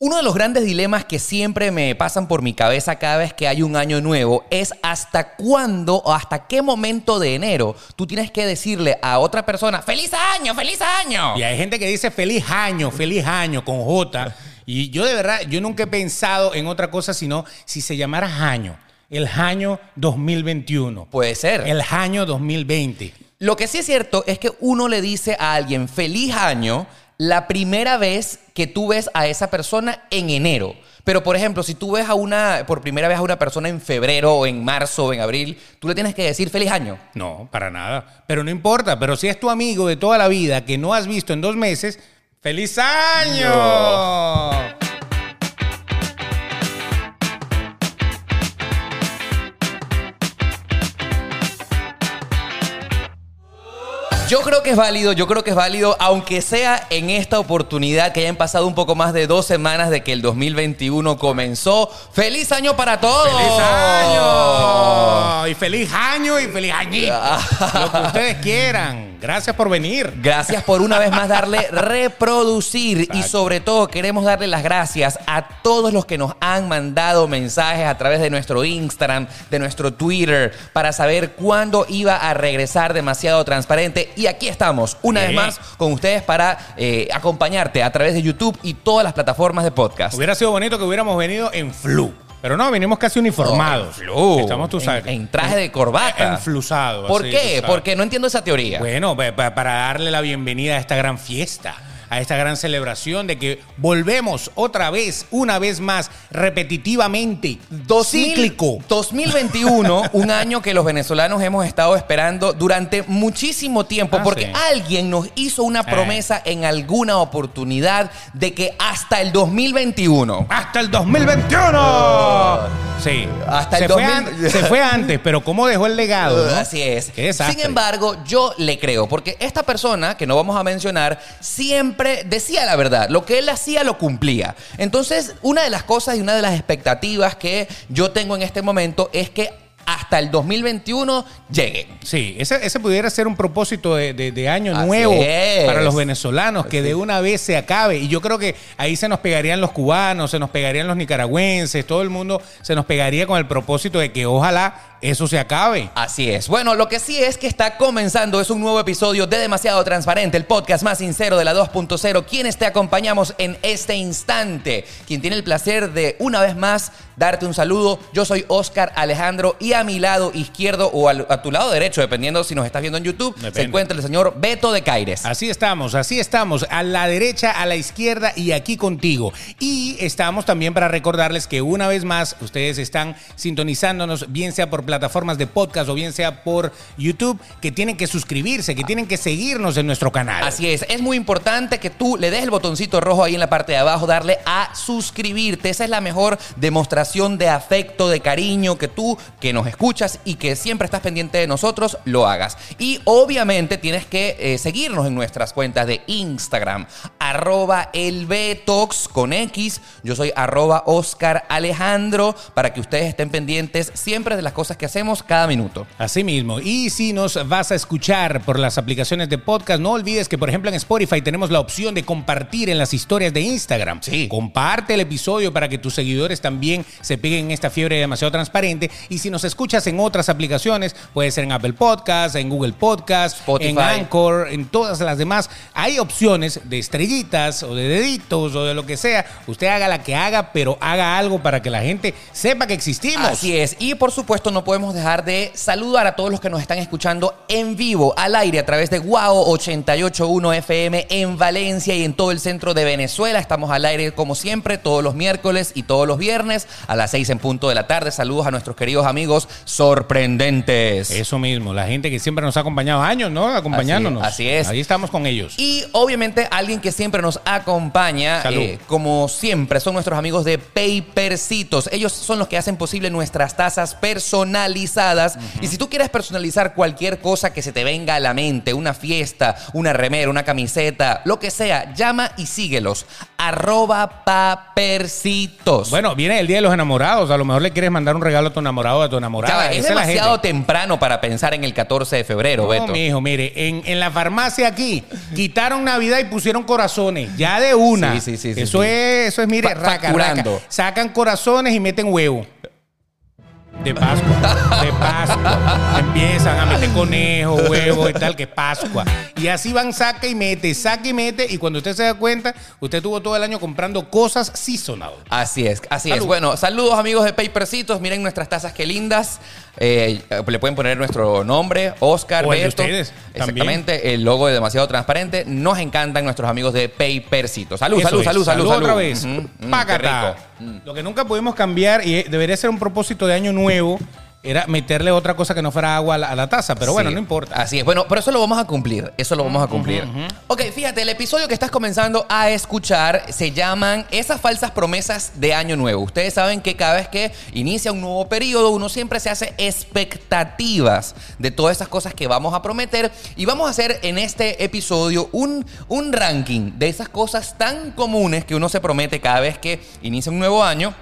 Uno de los grandes dilemas que siempre me pasan por mi cabeza cada vez que hay un año nuevo es hasta cuándo o hasta qué momento de enero tú tienes que decirle a otra persona, feliz año, feliz año. Y hay gente que dice feliz año, feliz año con J. Y yo de verdad, yo nunca he pensado en otra cosa sino si se llamara año. El año 2021. Puede ser. El año 2020. Lo que sí es cierto es que uno le dice a alguien feliz año la primera vez que tú ves a esa persona en enero. Pero, por ejemplo, si tú ves a una, por primera vez a una persona en febrero o en marzo o en abril, tú le tienes que decir feliz año. No, para nada. Pero no importa. Pero si es tu amigo de toda la vida que no has visto en dos meses, ¡feliz año! No. Yo creo que es válido, yo creo que es válido, aunque sea en esta oportunidad que hayan pasado un poco más de dos semanas de que el 2021 comenzó. ¡Feliz año para todos! ¡Feliz año! Y feliz año y feliz añito. Lo que ustedes quieran. Gracias por venir. Gracias por una vez más darle reproducir y sobre todo queremos darle las gracias a todos los que nos han mandado mensajes a través de nuestro Instagram, de nuestro Twitter, para saber cuándo iba a regresar demasiado transparente. Y aquí estamos, una Bien. vez más, con ustedes para eh, acompañarte a través de YouTube y todas las plataformas de podcast. Hubiera sido bonito que hubiéramos venido en flu. Pero no, venimos casi uniformados. Oh, Flu. Estamos, tú sabes. en, en traje de corbata. Enflusados. ¿Por qué? Porque no entiendo esa teoría. Bueno, pa- pa- para darle la bienvenida a esta gran fiesta, a esta gran celebración de que volvemos otra vez, una vez más, repetitivamente, Dos cíclico. 2021, un año que los venezolanos hemos estado esperando durante muchísimo tiempo, Ah, porque sí. Eh. alguien nos hizo una promesa en alguna oportunidad de que hasta el 2021. ¡Hasta el 2021! Sí. Hasta el se, fue 2000. an- se fue antes, pero ¿cómo dejó el legado? no? Así es. Qué desastre. Sin embargo, yo le creo, porque esta persona, que no vamos a mencionar, siempre decía la verdad. Lo que él hacía lo cumplía. Entonces, una de las cosas y una de las expectativas que yo tengo en este momento es que hasta el 2021 lleguen. Sí, ese, ese pudiera ser un propósito de, de- de año Así nuevo es. para los venezolanos, que de una vez se acabe. Y yo creo que ahí se nos pegarían los cubanos, se nos pegarían los nicaragüenses, todo el mundo se nos pegaría con el propósito de que ojalá eso se acabe. Así es. Bueno, lo que sí es que está comenzando es un nuevo episodio de Demasiado Transparente, el podcast más sincero de la 2.0. Quienes te acompañamos en este instante, quien tiene el placer de una vez más darte un saludo. Yo soy Oscar Alejandro y a mi lado izquierdo o al- a tu lado derecho, dependiendo si nos estás viendo en YouTube, Depende. se encuentra el señor Beto de Caires. Así estamos, así estamos, a la derecha, a la izquierda y aquí contigo. Y estamos también para recordarles que una vez más ustedes están sintonizándonos, bien sea por plataformas de podcast o bien sea por YouTube, que tienen que suscribirse, que tienen que seguirnos en nuestro canal. Así es, es muy importante que tú le des el botoncito rojo ahí en la parte de abajo, darle a suscribirte. Esa es la mejor demostración de afecto, de cariño, que tú que nos escuchas y que siempre estás pendiente de nosotros, lo hagas. Y obviamente tienes que eh, seguirnos en nuestras cuentas de Instagram, arroba elbetox con X, yo soy arroba Oscar Alejandro, para que ustedes estén pendientes siempre de las cosas que hacemos cada minuto. Así mismo. Y si nos vas a escuchar por las aplicaciones de podcast, no olvides que, por ejemplo, en Spotify tenemos la opción de compartir en las historias de Instagram. Sí. Comparte el episodio para que tus seguidores también se peguen en esta fiebre demasiado transparente. Y si nos escuchas en otras aplicaciones, puede ser en Apple Podcast, en Google Podcast, Spotify. en Anchor, en todas las demás, hay opciones de estrellitas o de deditos o de lo que sea. Usted haga la que haga, pero haga algo para que la gente sepa que existimos. Así es. Y por supuesto, no podemos dejar de saludar a todos los que nos están escuchando en vivo, al aire, a través de Guau 881 FM en Valencia y en todo el centro de Venezuela. Estamos al aire, como siempre, todos los miércoles y todos los viernes a las 6 en punto de la tarde. Saludos a nuestros queridos amigos sorprendentes. Eso mismo, la gente que siempre nos ha acompañado años, ¿no? Acompañándonos. Así es. Ahí estamos con ellos. Y obviamente alguien que siempre nos acompaña, Salud. eh, como siempre, son nuestros amigos de Papercitos. Ellos son los que hacen posible nuestras tazas personalizadas. Y si tú quieres personalizar cualquier cosa que se te venga a la mente, una fiesta, una remera, una camiseta, lo que sea, llama y síguelos. Arroba Papercitos. Bueno, viene el Día de los Enamorados. A lo mejor le quieres mandar un regalo a tu enamorado o a tu morada. Chava, es Esa la gente. demasiado temprano para pensar en el 14 de febrero, Beto. No, mijo, mire, en, en la farmacia aquí quitaron Navidad y pusieron corazones, ya de una. Sí, sí, sí, sí, Eso sí. es, eso es, mire, Fa- raca, facturando. raca. Sacan corazones y meten huevo. De Pascua, de Pascua. Empiezan a meter conejo, huevo y tal, que es Pascua. Y así van, saca y mete, saca y mete. Y cuando usted se da cuenta, usted tuvo todo el año comprando cosas seasonal. Así es, así es. Salud. Bueno, saludos amigos de Papercitos. Miren nuestras tazas que lindas. Eh, le pueden poner nuestro nombre, Oscar, O el de Beto. ustedes, también. Exactamente, el logo es demasiado transparente. Nos encantan nuestros amigos de Papercitos. Salud, Eso salud, es. salud, salud, otra salud. vez. Ujú, ujú, qué Págata. rico. Lo que nunca pudimos cambiar, y eh, debería ser un propósito de año nuevo, era meterle otra cosa que no fuera agua a la, a la taza. Pero bueno, Sí, no importa. Así es. Bueno, pero eso lo vamos a cumplir. Eso lo vamos a cumplir. Ok, fíjate, el episodio que estás comenzando a escuchar se llaman Esas falsas promesas de Año Nuevo. Ustedes saben que cada vez que inicia un nuevo periodo, uno siempre se hace expectativas de todas esas cosas que vamos a prometer. Y vamos a hacer en este episodio un, un ranking de esas cosas tan comunes que uno se promete cada vez que inicia un nuevo año.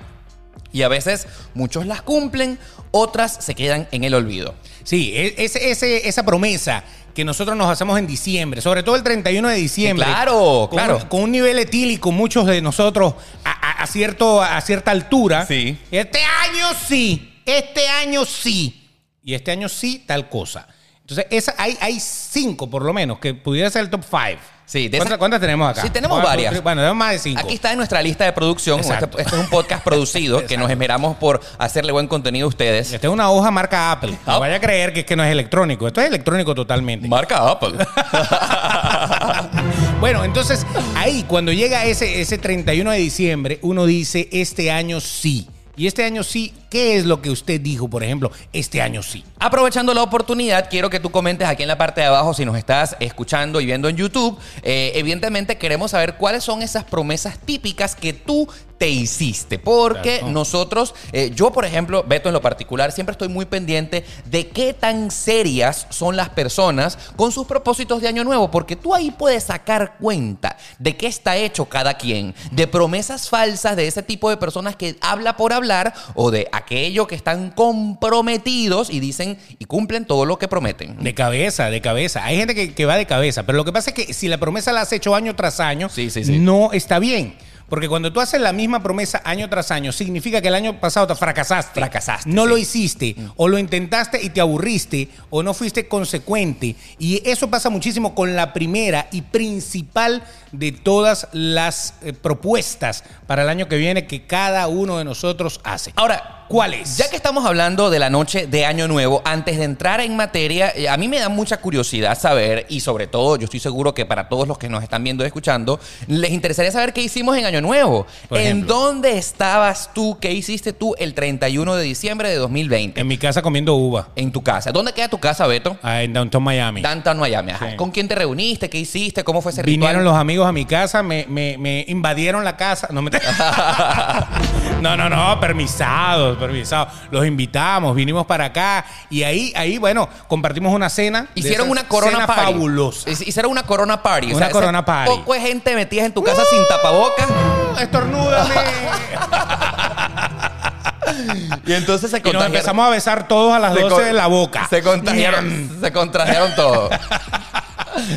Y a veces muchos las cumplen, otras se quedan en el olvido. Sí, e- ese- ese- esa promesa que nosotros nos hacemos en diciembre, sobre todo el 31 de diciembre. Sí, claro, con claro. un- con un nivel etílico, muchos de nosotros a, a- a cierto, a cierta altura. Sí. Este año sí, este año sí. Y este año sí, tal cosa. Entonces, esa, hay, hay cinco por lo menos que pudiera ser el top five. Sí, de ¿Cuántas, esas- cuántas tenemos acá? Sí, tenemos Cuatro, varias. tres- bueno, tenemos más de cinco. Aquí está en nuestra lista de producción. Este, Exacto. este es un podcast producido que nos esmeramos por hacerle buen contenido a ustedes. Esta es una hoja marca Apple. No Ah. vaya a creer que es que no es electrónico. Esto es electrónico totalmente. Marca Apple. Bueno, entonces ahí cuando llega ese, ese 31 de diciembre, uno dice, este año sí. Y este año sí, ¿qué es lo que usted dijo, por ejemplo, este año sí? Aprovechando la oportunidad, quiero que tú comentes aquí en la parte de abajo si nos estás escuchando y viendo en YouTube. Eh, evidentemente queremos saber cuáles son esas promesas típicas que tú te hiciste. Porque Claro. nosotros, eh, yo por ejemplo, Beto en lo particular, siempre estoy muy pendiente de qué tan serias son las personas con sus propósitos de año nuevo. Porque tú ahí puedes sacar cuenta de qué está hecho cada quien. De promesas falsas de ese tipo de personas que habla por hablar o de aquello que están comprometidos y dicen y cumplen todo lo que prometen. De cabeza, de cabeza. Hay gente que, que va de cabeza, pero lo que pasa es que si la promesa la has hecho año tras año, Sí, sí, sí. no está bien. Porque cuando tú haces la misma promesa año tras año, significa que el año pasado te fracasaste. Fracasaste, No sí. Mm. lo hiciste, o lo intentaste y te aburriste, o no fuiste consecuente. Y eso pasa muchísimo con la primera y principal de todas las eh, propuestas para el año que viene que cada uno de nosotros hace. Ahora, ¿Cuál es? Ya que estamos hablando de la noche de Año Nuevo, antes de entrar en materia, eh, a mí me da mucha curiosidad saber, y sobre todo, yo estoy seguro que para todos los que nos están viendo y escuchando, les interesaría saber qué hicimos en Año Nuevo. Por ¿En ejemplo. dónde estabas tú? ¿Qué hiciste tú el 31 de diciembre de 2020? En, En mi casa comiendo uva, tu casa. ¿Dónde queda tu casa, Beto? ah, en Downtown Miami. Downtown Miami. Ajá. Sí. ¿Con quién te reuniste? ¿Qué hiciste? ¿Cómo fue ese Vinieron ritual? los amigos a mi casa, me, me- me invadieron la casa. No, me no, no, no, permisados, permisados. Los invitamos, vinimos para acá y ahí, ahí bueno, compartimos una cena. de Hicieron esas una corona cena party. fabulosa. Hic- Hicieron una corona party. Una corona ese party. Poco de gente metías en tu casa sin tapabocas. Estornúdame. Y entonces se y nos contagiaron. empezamos a besar todos a las Se 12 con- de la boca. Se contagiaron, se contrajeron todo.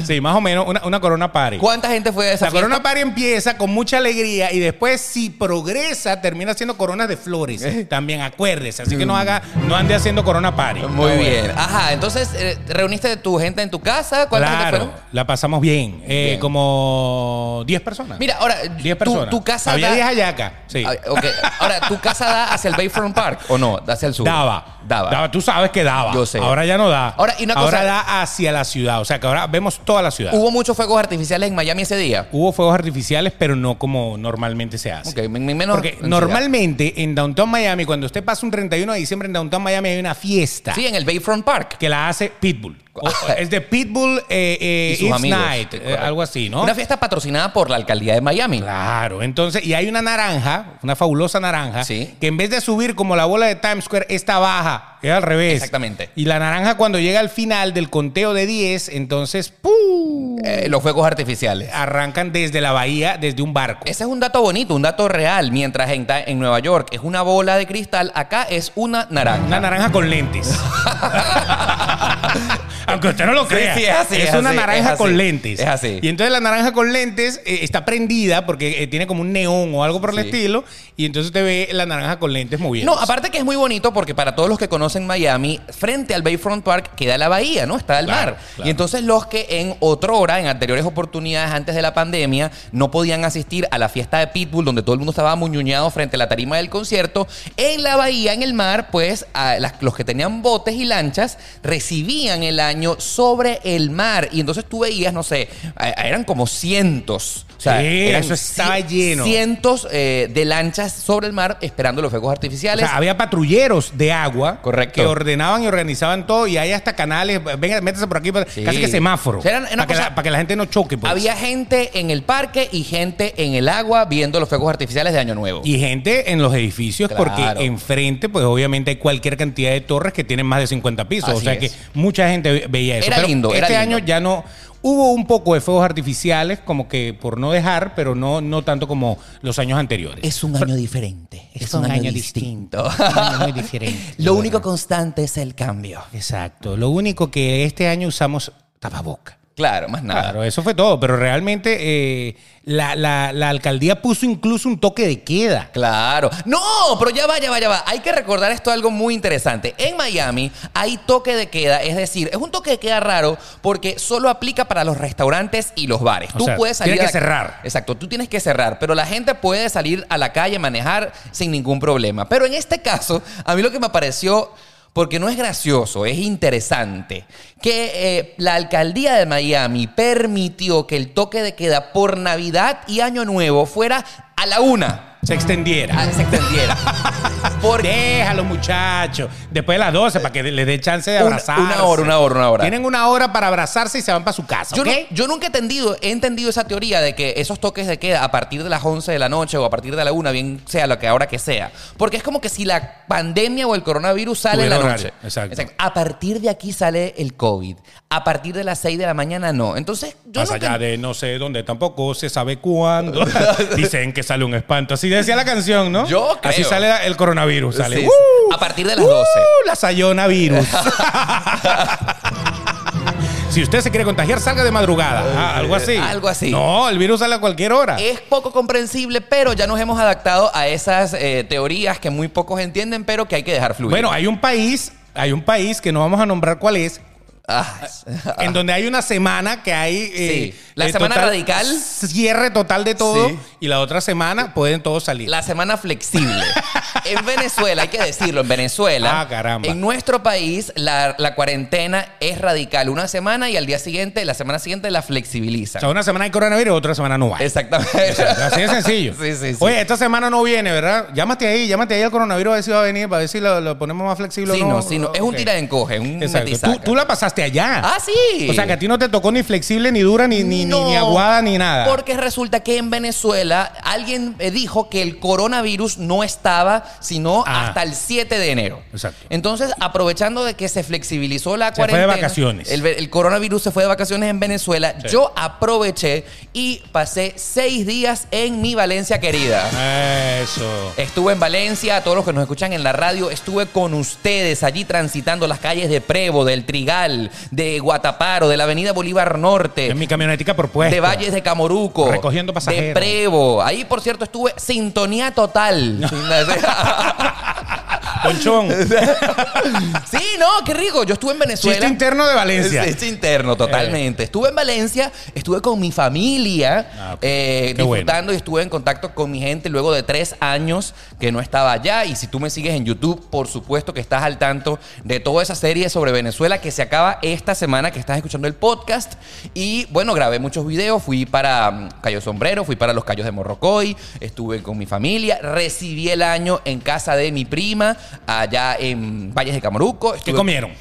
Sí, más o menos, una, una corona party. ¿Cuánta gente fue a esa La fiesta? corona party empieza con mucha alegría y después, si progresa, termina haciendo coronas de flores. También acuérdese. Así que no haga, no ande haciendo corona party. Mm. Muy No, bien. bueno. Ajá, entonces, eh, ¿reuniste tu gente en tu casa? ¿Cuánta gente Claro, fueron? la pasamos bien. Eh, Bien. Como 10 personas. Mira, ahora, 10 tu- personas. tu casa Había da- 10 allá acá. Sí. Ah, ok. Ahora, ¿tu casa da hacia el Bayfront Park o no? Hacia el sur. Daba. Daba. Tú sabes que daba. Yo sé. Ahora ya no da. Ahora, y una Ahora cosa- da hacia la ciudad. O sea que ahora vemos toda la ciudad. Hubo, ¿Hubo muchos fuegos artificiales en Miami ese día? fuegos artificiales, pero no como normalmente se hace. Ok, men- men- menos. Porque normalmente en Downtown Miami, cuando usted pasa un 31 de diciembre en Downtown Miami, hay una fiesta Sí, en el Bayfront Park. que la hace Pitbull. O- Ah. es de Pitbull eh, eh, Y sus It's amigos. Night, eh, Correcto. algo así, ¿no? Una fiesta patrocinada por la alcaldía de Miami. Claro, entonces, y hay una naranja, una fabulosa naranja, Sí. que en vez de subir como la bola de Times Square, esta baja, es al revés. Exactamente. Y la naranja cuando llega al final del conteo de 10, entonces ¡pum! eh, los fuegos artificiales. Arrancan desde la bahía, desde un barco. Ese es un dato bonito, un dato real. Mientras en, ta- en Nueva York es una bola de cristal, acá es una naranja. Una naranja con lentes. Aunque usted no lo Sí, crea. sí, es así, es una así, naranja es así, con lentes. es así. Y entonces la naranja con lentes eh, está prendida porque eh, tiene como un neón o algo por el Sí. estilo. Y entonces te ve la naranja con lentes moviendo. No, aparte que es muy bonito porque para todos los que conocen Miami, frente al Bayfront Park queda la bahía, ¿no? Está el Claro, mar. claro. Y entonces los que en otrora, en anteriores oportunidades antes de la pandemia, no podían asistir a la fiesta de Pitbull, donde todo el mundo estaba muñuñado frente a la tarima del concierto, en la bahía, en el mar, pues a las- los que tenían botes y lanchas recibían el año sobre el mar. Y entonces tú veías, no sé, a- eran como cientos. O sea, Sí, eran eso estaba cien- lleno. cientos eh, de lanchas sobre el mar esperando los fuegos O artificiales. sea, había patrulleros de agua Correcto. que ordenaban y organizaban todo y hay hasta canales, venga, métese por aquí, pues, casi que semáforo, O sea, eran- era una para, que cosa- la, para que la gente no choque. pues. Había gente en el parque y gente en el agua viendo los fuegos artificiales de Año Nuevo. Y gente en los edificios, Claro. porque enfrente, pues obviamente hay cualquier cantidad de torres que tienen más de 50 pisos. o Así sea es. que mucha gente ve- veía eso. Era lindo, Este era lindo. año ya no. Hubo un poco de fuegos artificiales, como que por no dejar, pero no, no tanto como los años anteriores. es un año diferente. Es, un, año, distinto. Un año muy diferente. Lo único constante es el cambio. Exacto. Lo único que este año usamos tapaboca. Claro, más nada. Claro, eso fue todo, pero realmente eh, la, la- la alcaldía puso incluso un toque de queda. Claro. No, pero ya va, ya va, ya va. Hay que recordar esto algo muy interesante. En Miami hay toque de queda, es decir, es un toque de queda raro porque solo aplica para los restaurantes y los bares. O tú sea, puedes salir tiene a que la- cerrar. Exacto, tú tienes que cerrar, pero la gente puede salir a la calle, manejar sin ningún problema. Pero en este caso, a mí lo que me pareció porque no es gracioso, es interesante que eh, la alcaldía de Miami permitió que el toque de queda por Navidad y Año Nuevo fuera a la una Se extendiera. ah, se extendiera. Porque Déjalo, muchachos. Después de las 12, para que les dé chance de Una- abrazarse. una hora, una hora, una hora. Tienen una hora para abrazarse y se van para su casa, yo, ¿ok? nu- yo nunca he entendido, he entendido esa teoría de que esos toques de queda a partir de las 11 de la noche o a partir de la 1, bien sea lo que ahora que sea. Porque es como que si la pandemia o el coronavirus sale en Tuviera la horario, noche. exacto. A partir de aquí sale el COVID. A partir de las 6 de la mañana no. Entonces, yo Más nunca- allá de no sé dónde, tampoco se sabe cuándo. Dicen que sale un espanto. Así decía la canción, ¿no? Yo creo. Así sale el coronavirus. Sale. Sí, sí. ¡Uh! A partir de las ¡Uh! 12. La sayona virus. si usted se quiere contagiar, salga de madrugada. Ah, algo así. Algo así. Eh, No, el virus sale a cualquier hora. Es poco comprensible, pero ya nos hemos adaptado a esas eh, teorías que muy pocos entienden, pero que hay que dejar fluir. Bueno, hay un país, hay un país que no vamos a nombrar cuál es, Ah, en donde hay una semana que hay eh, Sí. La semana radical. cierre total de todo Sí. y la otra semana pueden todos salir. La semana flexible. En Venezuela, hay que decirlo, en Venezuela, Ah, caramba. en nuestro país, la, la cuarentena es radical. Una semana y al día siguiente, la semana siguiente la O flexibilizan. sea, una semana hay coronavirus, otra semana no va. Exactamente. Así de sencillo. Sí, sí, sí. Oye, esta semana no viene, ¿verdad? Llámate ahí, llámate ahí al coronavirus a ver si va a venir, para ver si lo, lo ponemos más flexible Sí, o no. no, sí, no. Es un Ok. tira de encoge, un Exacto. Tú, metisaca. tú la pasaste allá. Ah, sí. O sea, que a ti no te tocó ni flexible, ni dura, ni, ni, ni- No, ni aguada, ni nada. Porque resulta que en Venezuela alguien eh, dijo que el coronavirus no estaba sino Ah. hasta el 7 de enero. Exacto. Enentonces, aprovechando de que se flexibilizó la Se fue de cuarentena. vacaciones. El, ve- el coronavirus se fue de vacaciones en Venezuela. Sí. Yo aproveché y pasé seis días en mi Valencia querida. Eso. Estuve en Valencia, a todos los que nos escuchan en la radio, estuve con ustedes allí transitando las calles de Prevo, del Trigal, de Guataparo, de la Avenida Bolívar Norte. En mi camionetica por puesto. Eh, De Valles de Camoruco. Recogiendo pasajeros. De Prevo. Ahí, por cierto, estuve sintonía total. Ponchón. sí, no, qué rico. Yo estuve en Venezuela. Chiste interno de Valencia. Eh. Es, interno, totalmente. Estuve en Valencia, estuve con mi familia, Ah, ok. eh, Qué bueno. disfrutando y estuve en contacto con mi gente luego de tres años que no estaba allá. Y si tú me sigues en YouTube, por supuesto que estás al tanto de toda esa serie sobre Venezuela que se acaba esta semana que estás escuchando el podcast. Y bueno, grabé muchos videos, fui para mm, Cayo Sombrero, fui para los Cayos de Morrocoy, estuve con mi familia, recibí el año en casa de mi prima, allá en Valles de Camoruco. ¿Qué Estuve- comieron?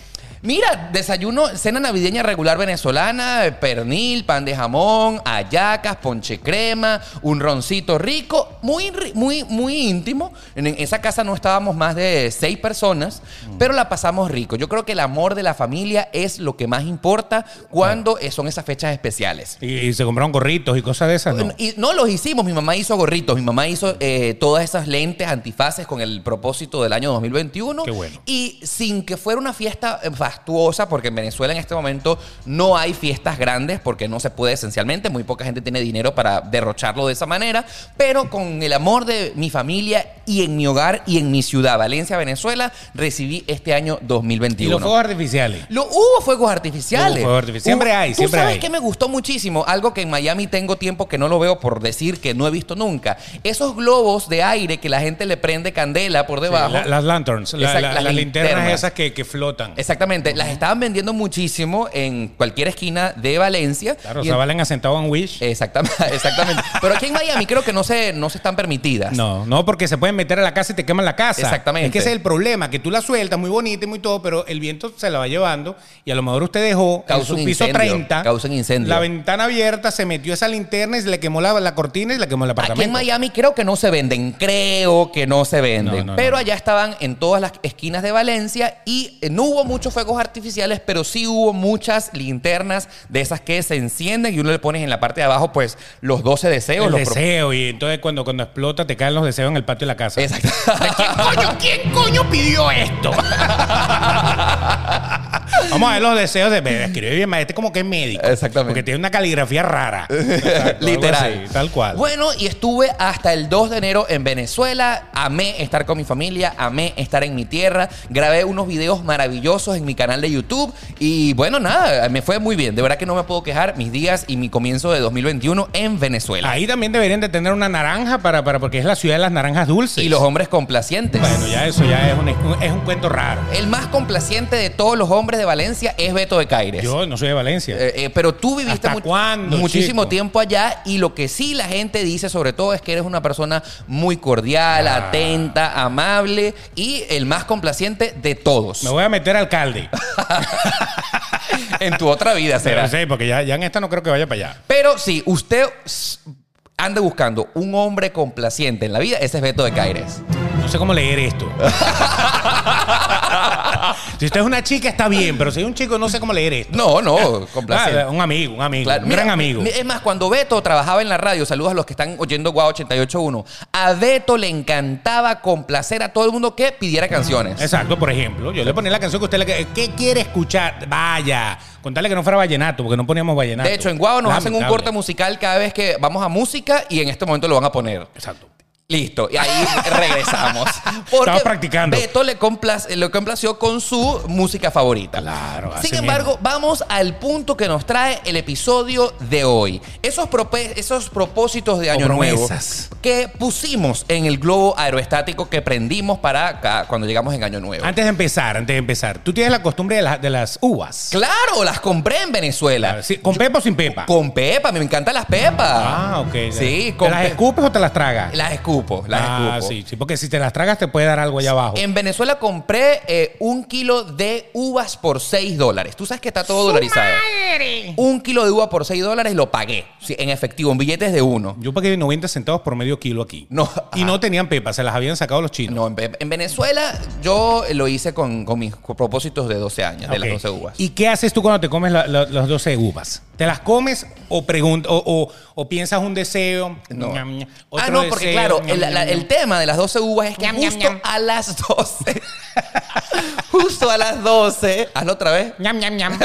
Mira, desayuno, cena navideña regular venezolana, eh, pernil, pan de jamón, ayacas, ponche crema, un roncito rico, muy, ri- muy, muy íntimo. En en esa casa no estábamos más de seis personas, pero la pasamos rico. Yo creo que el amor de la familia es lo que más importa cuando eh, son esas fechas especiales. Y, y se compraron gorritos y cosas de esas, ¿no? Y no los hicimos, mi mamá hizo gorritos, mi mamá hizo eh, todas esas lentes, antifaces con el propósito del año 2021. Qué bueno. Y sin que fuera una fiesta eh, fastuosa, porque en Venezuela en este momento no hay fiestas grandes, porque no se puede esencialmente, muy poca gente tiene dinero para derrocharlo de esa manera, pero con el amor de mi familia y en mi hogar y en mi ciudad, Valencia, Venezuela, recibí este año Y los 2021. fuegos artificiales. Lo, hubo fuegos artificiales. Hubo fuegos artificiales. Siempre hay, ¿tú siempre sabes hay. que me gustó muchísimo? Algo que en Miami tengo tiempo que no lo veo por decir que no he visto nunca. Esos globos de aire que la gente le prende candela por debajo. La- las lanterns, la- Exacto, la- las las linternas, linternas. esas que, que flotan. Exactamente, las estaban vendiendo muchísimo en cualquier esquina de Valencia. Y Claro, o en- sea, valen asentado en Wish. Exactamente, exactamente. Pero aquí en Miami creo que no se, no se están permitidas. No, no, porque se pueden meter a la casa y te queman la casa. Exactamente. Es que ese es el problema, que tú la sueltas muy bonita y muy todo, pero el viento se la va llevando y a lo mejor usted dejó en Causa su un piso incendio, 30. causa un incendio. La ventana abierta, se metió esa linterna y se le quemó la, la cortina y se le quemó el Aquí en apartamento. Miami creo que no se venden, creo que no se venden. No, no, pero no. allá estaban en todas las esquinas de Valencia y eh, no hubo muchos fuegos artificiales, pero sí hubo muchas linternas de esas que se encienden y uno le pones en la parte de abajo, pues, los 12 deseos. el los pro- deseo, y entonces cuando, cuando explota te caen los deseos en el patio de la casa. Exacto. ¿Quién coño, quién coño pidió esto? Vamos a ver los deseos de bebé. Escribe bien, este como que es médico. Exactamente. Porque tiene una caligrafía rara. Exacto, algo Literal. así, tal cual. Bueno, y estuve hasta el 2 de enero en Venezuela. Amé estar con mi familia, amé estar en mi tierra. Grabé unos videos maravillosos en mi canal de YouTube. Y bueno, nada, me fue muy bien. De verdad que no me puedo quejar mis días y mi comienzo de 2021 en Venezuela. Ahí también deberían de tener una naranja para, para porque es la ciudad de las naranjas dulces. Y los hombres complacientes. Bueno, ya eso ya es un, es un cuento raro. El más complaciente de todos los hombres de Valencia es Beto de Caires. Yo no soy de Valencia. Eh, eh, pero tú viviste ¿Hasta cuándo, muchísimo chico? tiempo allá y lo que sí la gente dice sobre todo es que eres una persona muy cordial, Ah. atenta, amable y el más complaciente de todos. Me voy a meter alcalde. en tu otra vida será. Pero sí, porque ya, ya en esta no creo que vaya para allá. Pero si usted s- anda buscando un hombre complaciente en la vida, ese es Beto de Caires. No sé cómo leer esto. si usted es una chica, está bien, pero si es un chico, no sé cómo leer esto. No, no, complaciente. Ah, un amigo, un amigo, Claro, un mira, gran amigo. Es más, cuando Beto trabajaba en la radio, saludos a los que están oyendo Guau 881, a Beto le encantaba complacer a todo el mundo que pidiera canciones. Exacto, por ejemplo, yo le ponía la canción que usted le ¿Qué quiere escuchar? Vaya, contale que no fuera vallenato, porque no poníamos vallenato. De hecho, en Guau nos hacen un Lamentable. corte musical cada vez que vamos a música y en este momento lo van a poner. Exacto. Listo, y ahí regresamos. Porque Estaba practicando. Beto le, compla- le complació con su música favorita. Claro, así Sin embargo, mismo. vamos al punto que nos trae el episodio de hoy. Esos, prope- esos propósitos de Año Nuevo promesas. que pusimos en el globo aerostático que prendimos para acá cuando llegamos en Año Nuevo. Antes de empezar, antes de empezar, tú tienes la costumbre de, la- de las uvas. Claro, las compré en Venezuela. Ah, Sí, ¿Con pepa o sin pepa? Con pepa, me encantan las pepas. Ah, ok. Sí, ¿Te con las pe- escupes o te las tragas? Las escupo, las ah, escupo. Em- sí, sí, porque si te las tragas te puede dar algo allá abajo. En Venezuela compré eh, un kilo de uvas por 6 dólares. Tú sabes que está todo dolarizado. Un kilo de uva por 6 dólares lo pagué sí, en efectivo, en billetes de uno. Yo pagué 90 centavos por medio kilo aquí. No, Y no tenían pepa, se las habían sacado los chinos. No, en, en Venezuela yo lo hice con, con mis propósitos de 12 años, de las Ok. 12 uvas. ¿Y qué haces tú cuando te comes la- la- las 12 uvas? ¿Te las comes o, pregun- o, o- o piensas un deseo? No. Ñam, ñam, ah, otro no, porque deseo, claro, eh, ñam, el, la- ñam, el ñam. tema de las 12 uvas es que Ñam, ñam, justo ñam. a las 12, justo a las 12, hazlo otra vez, Nham, nham, nham.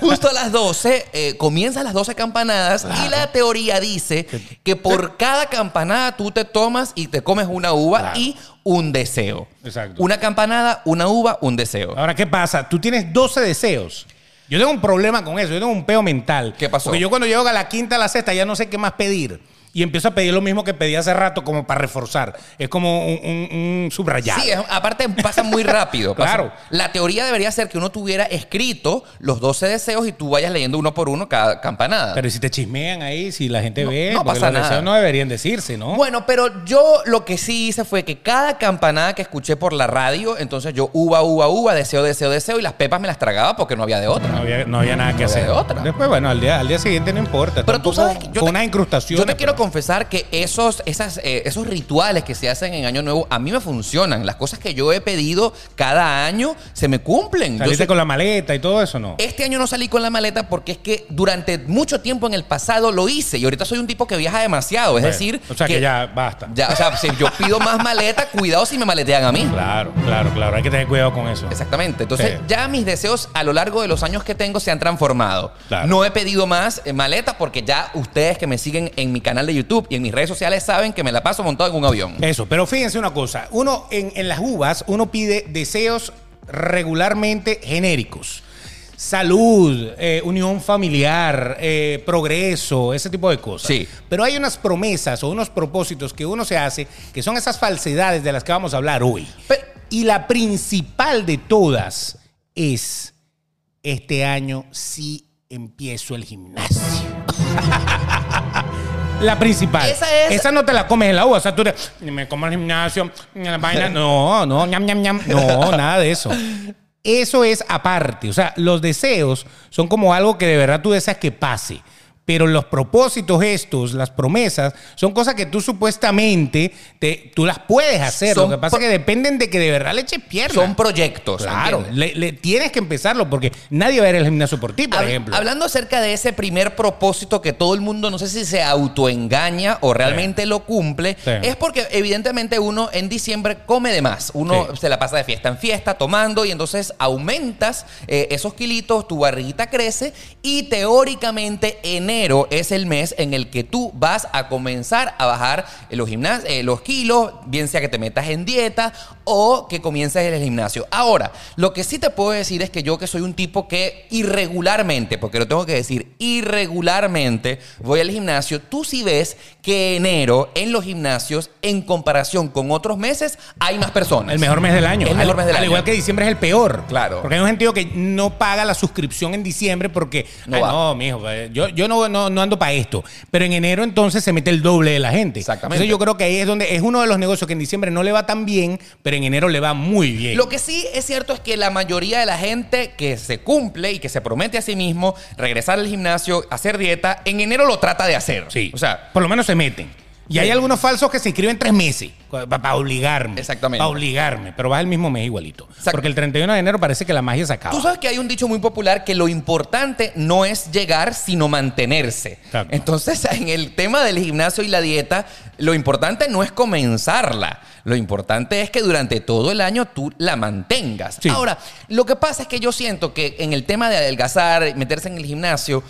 Justo a las 12, eh, comienzan las 12 campanadas y la teoría dice que por cada campanada tú te tomas y te comes una uva Claro. y un deseo. Exacto. Ah, Una campanada, una uva, un deseo. Ahora, ¿qué pasa? Tú tienes 12 deseos. Yo tengo un problema con eso, yo tengo un peo mental. ¿Qué pasó? Porque yo cuando llego a la quinta, a la sexta, ya no sé qué más pedir. y empiezo a pedir lo mismo que pedí hace rato, como para reforzar. Es como un, un- un subrayado. Sí, es- aparte pasa muy rápido. pasa- Claro. La teoría debería ser que uno tuviera escrito los 12 deseos y tú vayas leyendo uno por uno cada campanada. Pero si te chismean ahí, si la gente ve, no porque pasa los nada. deseos no deberían decirse, ¿no? Bueno, pero yo lo que sí hice fue que cada campanada que escuché por la radio, entonces yo uva, uva, uva, deseo, deseo, deseo, y las pepas me las tragaba porque no había de otra. No había, no había nada que había hacer. otra. Después, bueno, al día, al día siguiente no importa. Pero tú Tampoco sabes que yo fue te- una incrustación. Yo te quiero confesar que esos, esas, eh, esos rituales que se hacen en Año Nuevo a mí me funcionan. Las cosas que yo he pedido cada año se me cumplen. Yo Saliste soy- con la maleta y todo eso, ¿no? Este año no salí con la maleta porque es que durante mucho tiempo en el pasado lo hice y ahorita soy un tipo que viaja demasiado. Es Bueno, decir, O sea que, ya basta. ya, o sea, si yo pido más maleta, cuidado si me maletean a mí. Claro, claro, claro. Hay que tener cuidado con eso. Exactamente. Entonces, Sí. ya mis deseos a lo largo de los años que tengo se han transformado. Claro. No he pedido más eh, maleta porque ya ustedes que me siguen en mi canal de YouTube y en mis redes sociales saben que me la paso montado en un avión. Eso, pero fíjense una cosa. Uno en, en las uvas, uno pide deseos regularmente genéricos. Salud, eh, unión familiar, eh, progreso, ese tipo de cosas. Sí. Pero hay unas promesas o unos propósitos que uno se hace que son esas falsedades de las que vamos a hablar hoy. Pero- Y la principal de todas es, este año sí empiezo el gimnasio. la principal. Esa es- Esa no te la comes en la uva. O sea, tú te, "Ni me como el gimnasio, ni la vaina. No, no, ñam, ñam, ñam. No, nada de eso. Eso es aparte. O sea, los deseos son como algo que de verdad tú deseas que pase. Pero los propósitos estos, las promesas, son cosas que tú supuestamente te, tú las puedes hacer. Son Lo que pasa es pro- que dependen de que de verdad le eches pierna. Son proyectos. Claro, ¿entiendes? le, le- tienes que empezarlo porque nadie va a ir al gimnasio por ti, por Hab- ejemplo. Hablando acerca de ese primer propósito que todo el mundo, no sé si se autoengaña o realmente lo cumple, Sí. es porque evidentemente uno en diciembre come de más. Uno Sí. se la pasa de fiesta en fiesta tomando y entonces aumentas eh, esos kilitos, tu barriguita crece y teóricamente enero es el mes en el que tú vas a comenzar a bajar eh, los, gimnas- eh, los kilos, bien sea que te metas en dieta o que comiences en el gimnasio. Ahora, lo que sí te puedo decir es que yo que soy un tipo que irregularmente, porque lo tengo que decir, irregularmente voy al gimnasio, tú sí ves que enero en los gimnasios, en comparación con otros meses, hay más personas. El mejor mes del año. El mejor Al- mes del al año. igual que diciembre es el peor. Claro. Porque hay un sentido que no paga la suscripción en diciembre porque. No "Ay, va". no, mijo, pues, yo, yo no, no, no ando para esto. Pero en enero entonces se mete el doble de la gente. Exactamente. Entonces yo creo que ahí es donde es uno de los negocios que en diciembre no le va tan bien, pero en enero le va muy bien. Lo que sí es cierto es que la mayoría de la gente que se cumple y que se promete a sí mismo regresar al gimnasio, hacer dieta, en enero lo trata de hacer. Sí. O sea, por lo menos se meten. Y hay algunos falsos que se inscriben tres meses para obligarme. Exactamente. Para obligarme. Pero vas el mismo mes igualito. Exacto. Porque el 31 de enero parece que la magia se acaba. Tú sabes que hay un dicho muy popular que lo importante no es llegar, sino mantenerse. Exacto. Entonces, en el tema del gimnasio y la dieta, lo importante no es comenzarla. Lo importante es que durante todo el año tú la mantengas. Sí. Ahora, lo que pasa es que yo siento que en el tema de adelgazar, meterse en el gimnasio,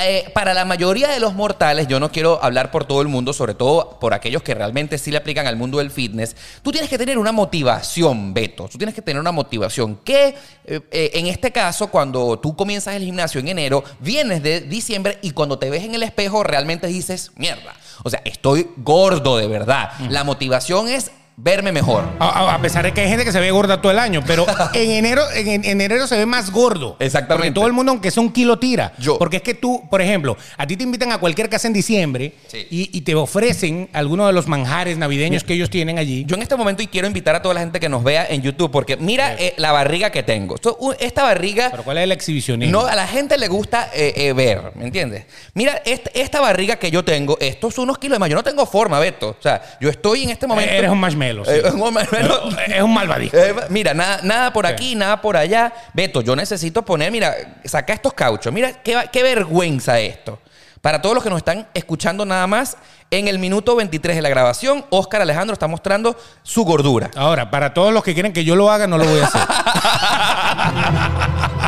eh, para la mayoría de los mortales, yo no quiero hablar por todo el mundo, sobre todo por aquellos que realmente sí le aplican al mundo del fitness, tú tienes que tener una motivación, Beto, tú tienes que tener una motivación que eh, eh, en este caso, cuando tú comienzas el gimnasio en enero, vienes de diciembre y cuando te ves en el espejo realmente dices, mierda, o sea, estoy gordo de verdad. La motivación es verme mejor. A, a- a pesar de que hay gente que se ve gorda todo el año, pero en enero, en, en- en enero se ve más gordo. Exactamente. Porque todo el mundo, aunque sea un kilo, tira. Yo. Porque es que tú, por ejemplo, a ti te invitan a cualquier casa en diciembre Sí. y, y te ofrecen alguno de los manjares navideños que ellos tienen allí. Yo en este momento y quiero invitar a toda la gente que nos vea en YouTube, porque mira eh, la barriga que tengo. Esto- u- Esta barriga pero ¿cuál es el exhibicionismo? No, a la gente le gusta eh, eh, ver, ¿me entiendes? Mira, est- esta barriga que yo tengo, estos son unos kilos de más. Yo no tengo forma, Beto. O sea, yo estoy en este momento. Eh, Eres un marshmallow. sí. Eh, un marshmallow. Es un malvadí. Eh, mira, nada, nada por aquí, nada por allá. Beto, yo necesito poner, mira, saca estos cauchos. Mira, qué, va- qué vergüenza esto. Para todos los que nos están escuchando nada más, en el minuto 23 de la grabación, Oscar Alejandro está mostrando su gordura. Ahora, para todos los que quieren que yo lo haga, no lo voy a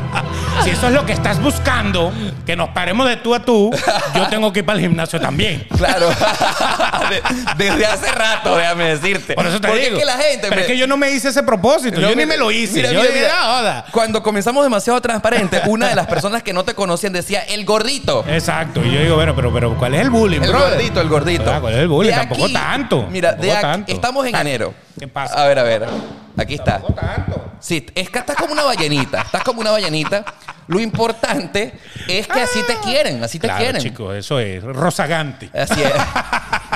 hacer. si eso es lo que estás buscando, que nos paremos de tú a tú, yo tengo que ir para el gimnasio también. Claro. De- desde hace rato, déjame decirte. Por eso te Porque digo. es que la gente. Pero es que yo no me hice ese propósito. No, yo ni mira, me lo hice. mira, yo mira, dije, mira. "Ah, joda". Cuando comenzamos demasiado transparente, una de las personas que no te conocían decía el gordito. Exacto. Y yo digo, bueno, pero, pero ¿cuál es el bullying, El brother? gordito, el gordito. Ah, ¿cuál es el bullying? De Tampoco tanto, Mira, tampoco de aquí- tanto. Ah, estamos en enero. ¿Qué pasa? A ver, a ver. Aquí está. Tampoco tanto. Sí, es que estás como una ballenita. Estás como una ballenita. Lo importante es que así te quieren, así te Ah. Claro, quieren. chicos, eso es rozagante. Así es.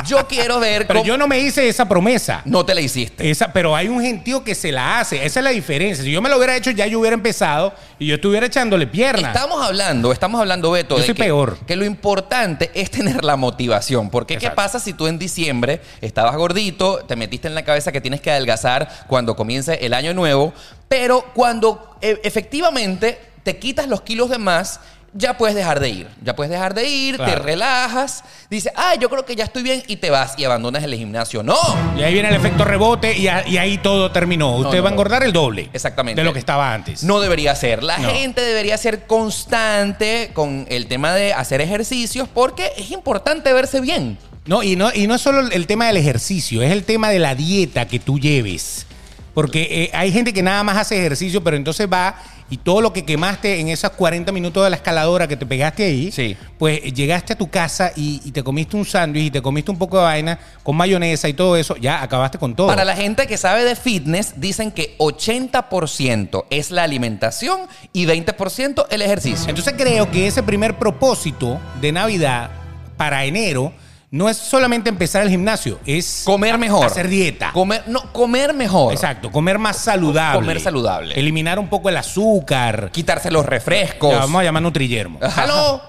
Yo quiero ver Pero Eh, cómo yo no me hice esa promesa. no te la hiciste. Esa, pero hay un gentío que se la hace. Esa es la diferencia. Si yo me lo hubiera hecho, ya yo hubiera empezado y yo estuviera echándole pierna. Estamos hablando, estamos hablando, Beto, Yo de soy que, peor. que lo importante es tener la motivación. Porque Exacto. ¿qué pasa si tú en diciembre estabas gordito, te metiste en la cabeza que tienes que adelgazar cuando comience el año nuevo, pero cuando eh, efectivamente te quitas los kilos de más, ya puedes dejar de ir. Ya puedes dejar de ir, te Claro. relajas, dices, ah, yo creo que ya estoy bien y te vas y abandonas el gimnasio. ¡No! Y ahí viene el efecto rebote y, a- y ahí todo terminó. Usted no, va a no. engordar el doble. Exactamente. De lo que estaba antes. No debería ser. La No. gente debería ser constante con el tema de hacer ejercicios porque es importante verse bien. No, y no, y no es solo el tema del ejercicio, es el tema de la dieta que tú lleves. Porque eh, hay gente que nada más hace ejercicio, pero entonces va y todo lo que quemaste en esos 40 minutos de la escaladora que te pegaste ahí, Sí. pues eh, llegaste a tu casa y, y te comiste un sándwich y te comiste un poco de vaina con mayonesa y todo eso, ya acabaste con todo. Para la gente que sabe de fitness, dicen que 80% es la alimentación y 20% el ejercicio. Entonces creo que ese primer propósito de Navidad para enero no es solamente empezar el gimnasio, es Comer mejor. hacer dieta. Comer, no, comer mejor. Exacto, comer más saludable. Comer saludable. Eliminar un poco el azúcar. Quitarse los refrescos. Ya, vamos a llamar Nutrillermo. ¡Aló!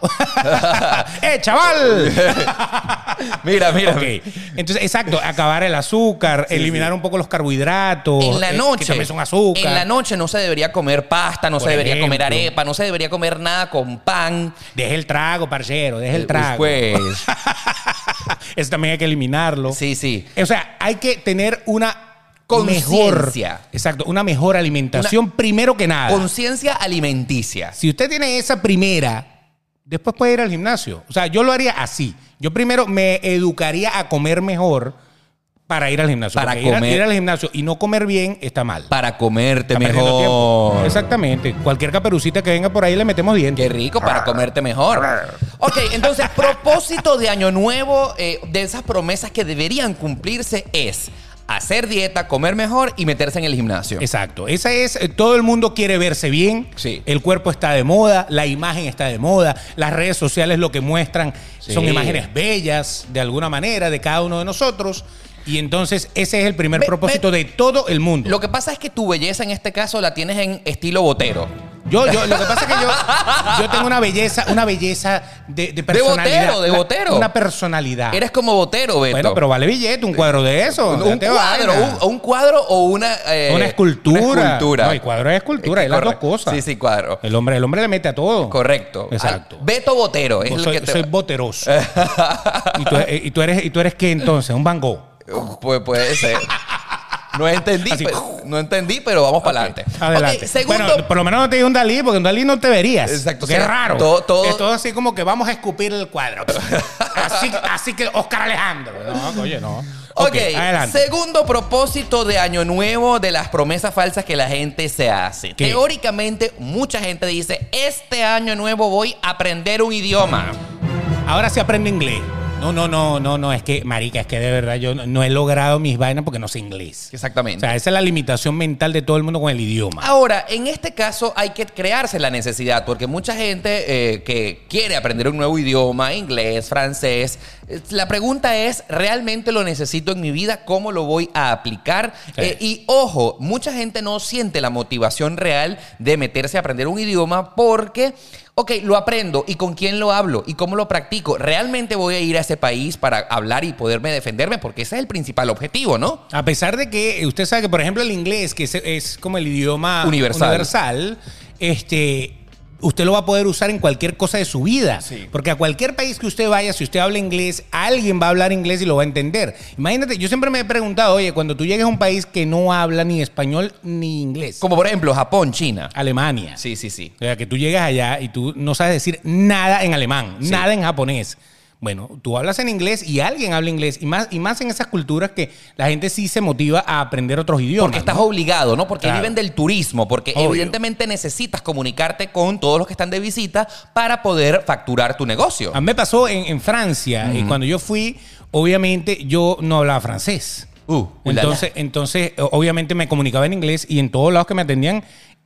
¡Eh, chaval! mira, mira. Ok. Entonces, exacto, acabar el azúcar, eliminar un poco los carbohidratos. En la eh, Que noche. también son azúcar. En la noche no se debería comer pasta, no Por se debería comer ejemplo. arepa, no se debería comer nada con pan. Deja el trago, parcero, deja el trago. Pues. Eso también hay que eliminarlo. Sí, sí. O sea, hay que tener una mejor. Conciencia. Exacto, una mejor alimentación primero que nada. Conciencia alimenticia. Si usted tiene esa primera, después puede ir al gimnasio. O sea, yo lo haría así. Yo primero me educaría a comer mejor para ir al gimnasio. Para Porque ir a- comer. Ir, al gimnasio y no comer bien está mal. Para comerte Está perdiendo tiempo. mejor. Exactamente. Cualquier caperucita que venga por ahí le metemos dientes. Qué rico para comerte mejor. Ok, entonces, propósito de año nuevo, eh, de esas promesas que deberían cumplirse es hacer dieta, comer mejor y meterse en el gimnasio. Exacto. Esa es, eh, todo el mundo quiere verse bien. Sí. El cuerpo está de moda, la imagen está de moda, las redes sociales lo que muestran Sí. son imágenes bellas, de alguna manera, de cada uno de nosotros. Y entonces ese es el primer Ve- propósito de todo el mundo. Lo que pasa es que tu belleza en este caso la tienes en estilo botero. Yo, yo, lo que pasa es que yo, yo tengo una belleza, una belleza de, de personalidad. botero, de Una- botero. Una personalidad. Eres como botero, Beto. Ah. bueno, pero vale billete, un cuadro de eso. un, ya un te cuadro, vaina. un, un cuadro o una... eh, Una escultura. Una escultura. No, y cuadro es escultura, que es las dos correcto. cosas. Sí, sí, cuadro. El hombre, el hombre le mete a todo. Correcto. Exacto. Ah, Beto Botero es Yo el soy, que te... soy boteroso. ¿Y, tú, eh, y tú eres, ¿Y tú eres qué entonces? ¿Un Van Gogh? Uh, Pues puede ser. No entendí, Así. pero- no entendí, pero vamos para adelante. Ok, Adelante. segundo, Bueno, por lo menos no te digo un Dalí, porque un Dalí no te verías. Exacto, Porque o sea, es raro. todo- todo- Es todo así como que vamos a escupir el cuadro. así, así que Oscar Alejandro. No, oye, no. ok, adelante. segundo propósito de año nuevo de las promesas falsas que la gente se hace. ¿Qué? Teóricamente, mucha gente dice, este año nuevo voy a aprender un idioma. Ahora sí aprende inglés. No, no, no, no, no. Es que, marica, es que de verdad yo no, no he logrado mis vainas porque no sé inglés. O Exactamente. sea, esa es la limitación mental de todo el mundo con el idioma. Ahora, en este caso hay que crearse la necesidad, porque mucha gente eh, que quiere aprender un nuevo idioma, inglés, francés, eh, la pregunta es, ¿realmente lo necesito en mi vida? ¿Cómo lo voy a aplicar? Sí. Eh, y ojo, mucha gente no siente la motivación real de meterse a aprender un idioma porque... Ok, lo aprendo y con quién lo hablo y cómo lo practico. ¿Realmente voy a ir a ese país para hablar y poderme defenderme? Porque ese es el principal objetivo, ¿no? A pesar de que eh, usted sabe que, por ejemplo, el inglés, que es, es como el idioma Universal. universal, este, usted lo va a poder usar en cualquier cosa de su vida. Sí. Porque a cualquier país que usted vaya, si usted habla inglés, alguien va a hablar inglés y lo va a entender. Imagínate, yo siempre me he preguntado, oye, cuando tú llegues a un país que no habla ni español ni inglés, Como por ejemplo Japón, China. Alemania. Sí, sí, sí. O sea, que tú llegas allá y tú no sabes decir nada en alemán, Sí. nada en japonés. Bueno, tú hablas en inglés y alguien habla inglés. Y más, y más en esas culturas que la gente sí se motiva a aprender otros idiomas. Porque ¿no? estás obligado, ¿no? Porque Claro. viven del turismo, porque Obvio. evidentemente necesitas comunicarte con todos los que están de visita para poder facturar tu negocio. A mí me pasó en, en Francia. Y cuando yo fui, obviamente yo no hablaba francés. Uh, ulala. entonces, entonces, o- obviamente me comunicaba en inglés y en todos lados que me atendían,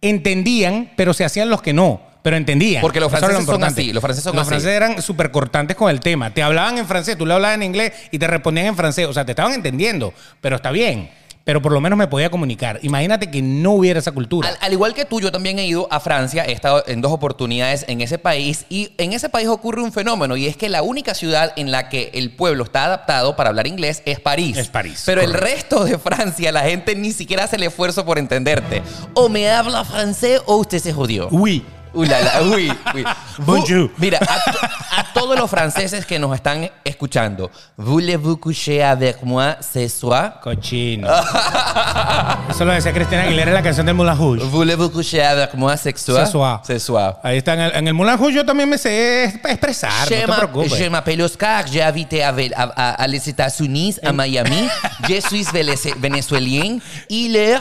entendían, pero se hacían los que no. Pero entendían. Porque los Eso era franceses son importante. así, los franceses son así. franceses eran súper cortantes con el tema. Te hablaban en francés, tú le hablabas en inglés y te respondían en francés. O sea, te estaban entendiendo, pero está bien. Pero por lo menos me podía comunicar. Imagínate que no hubiera esa cultura. Al, al igual que tú, yo también he ido a Francia, he estado en dos oportunidades en ese país y en ese país ocurre un fenómeno y es que la única ciudad en la que el pueblo está adaptado para hablar inglés es París. Es París, Pero el correcto. resto de Francia, la gente ni siquiera hace el esfuerzo por entenderte. O me habla francés o usted se jodió. Uy. Uy, la, la, uy, uy. Bonjour. Vous- Mira, a, to- a todos los franceses que nos están escuchando, voulez-vous coucher avec moi ce soir? Cochino. Eso lo decía Cristina Aguilera en la canción del Moulin Rouge. Voulez-vous coucher avec moi ce soir? Ce soir. Ce soir. Ahí está. En el, en el Moulin Rouge yo también me sé exp- expresar. Je Ah, no te m'a- preocupes. je m'appelle Oscar, j'ai habité à, Vel- à- à- à les États-Unis, à Miami. je suis véné- vénézuélien. Il est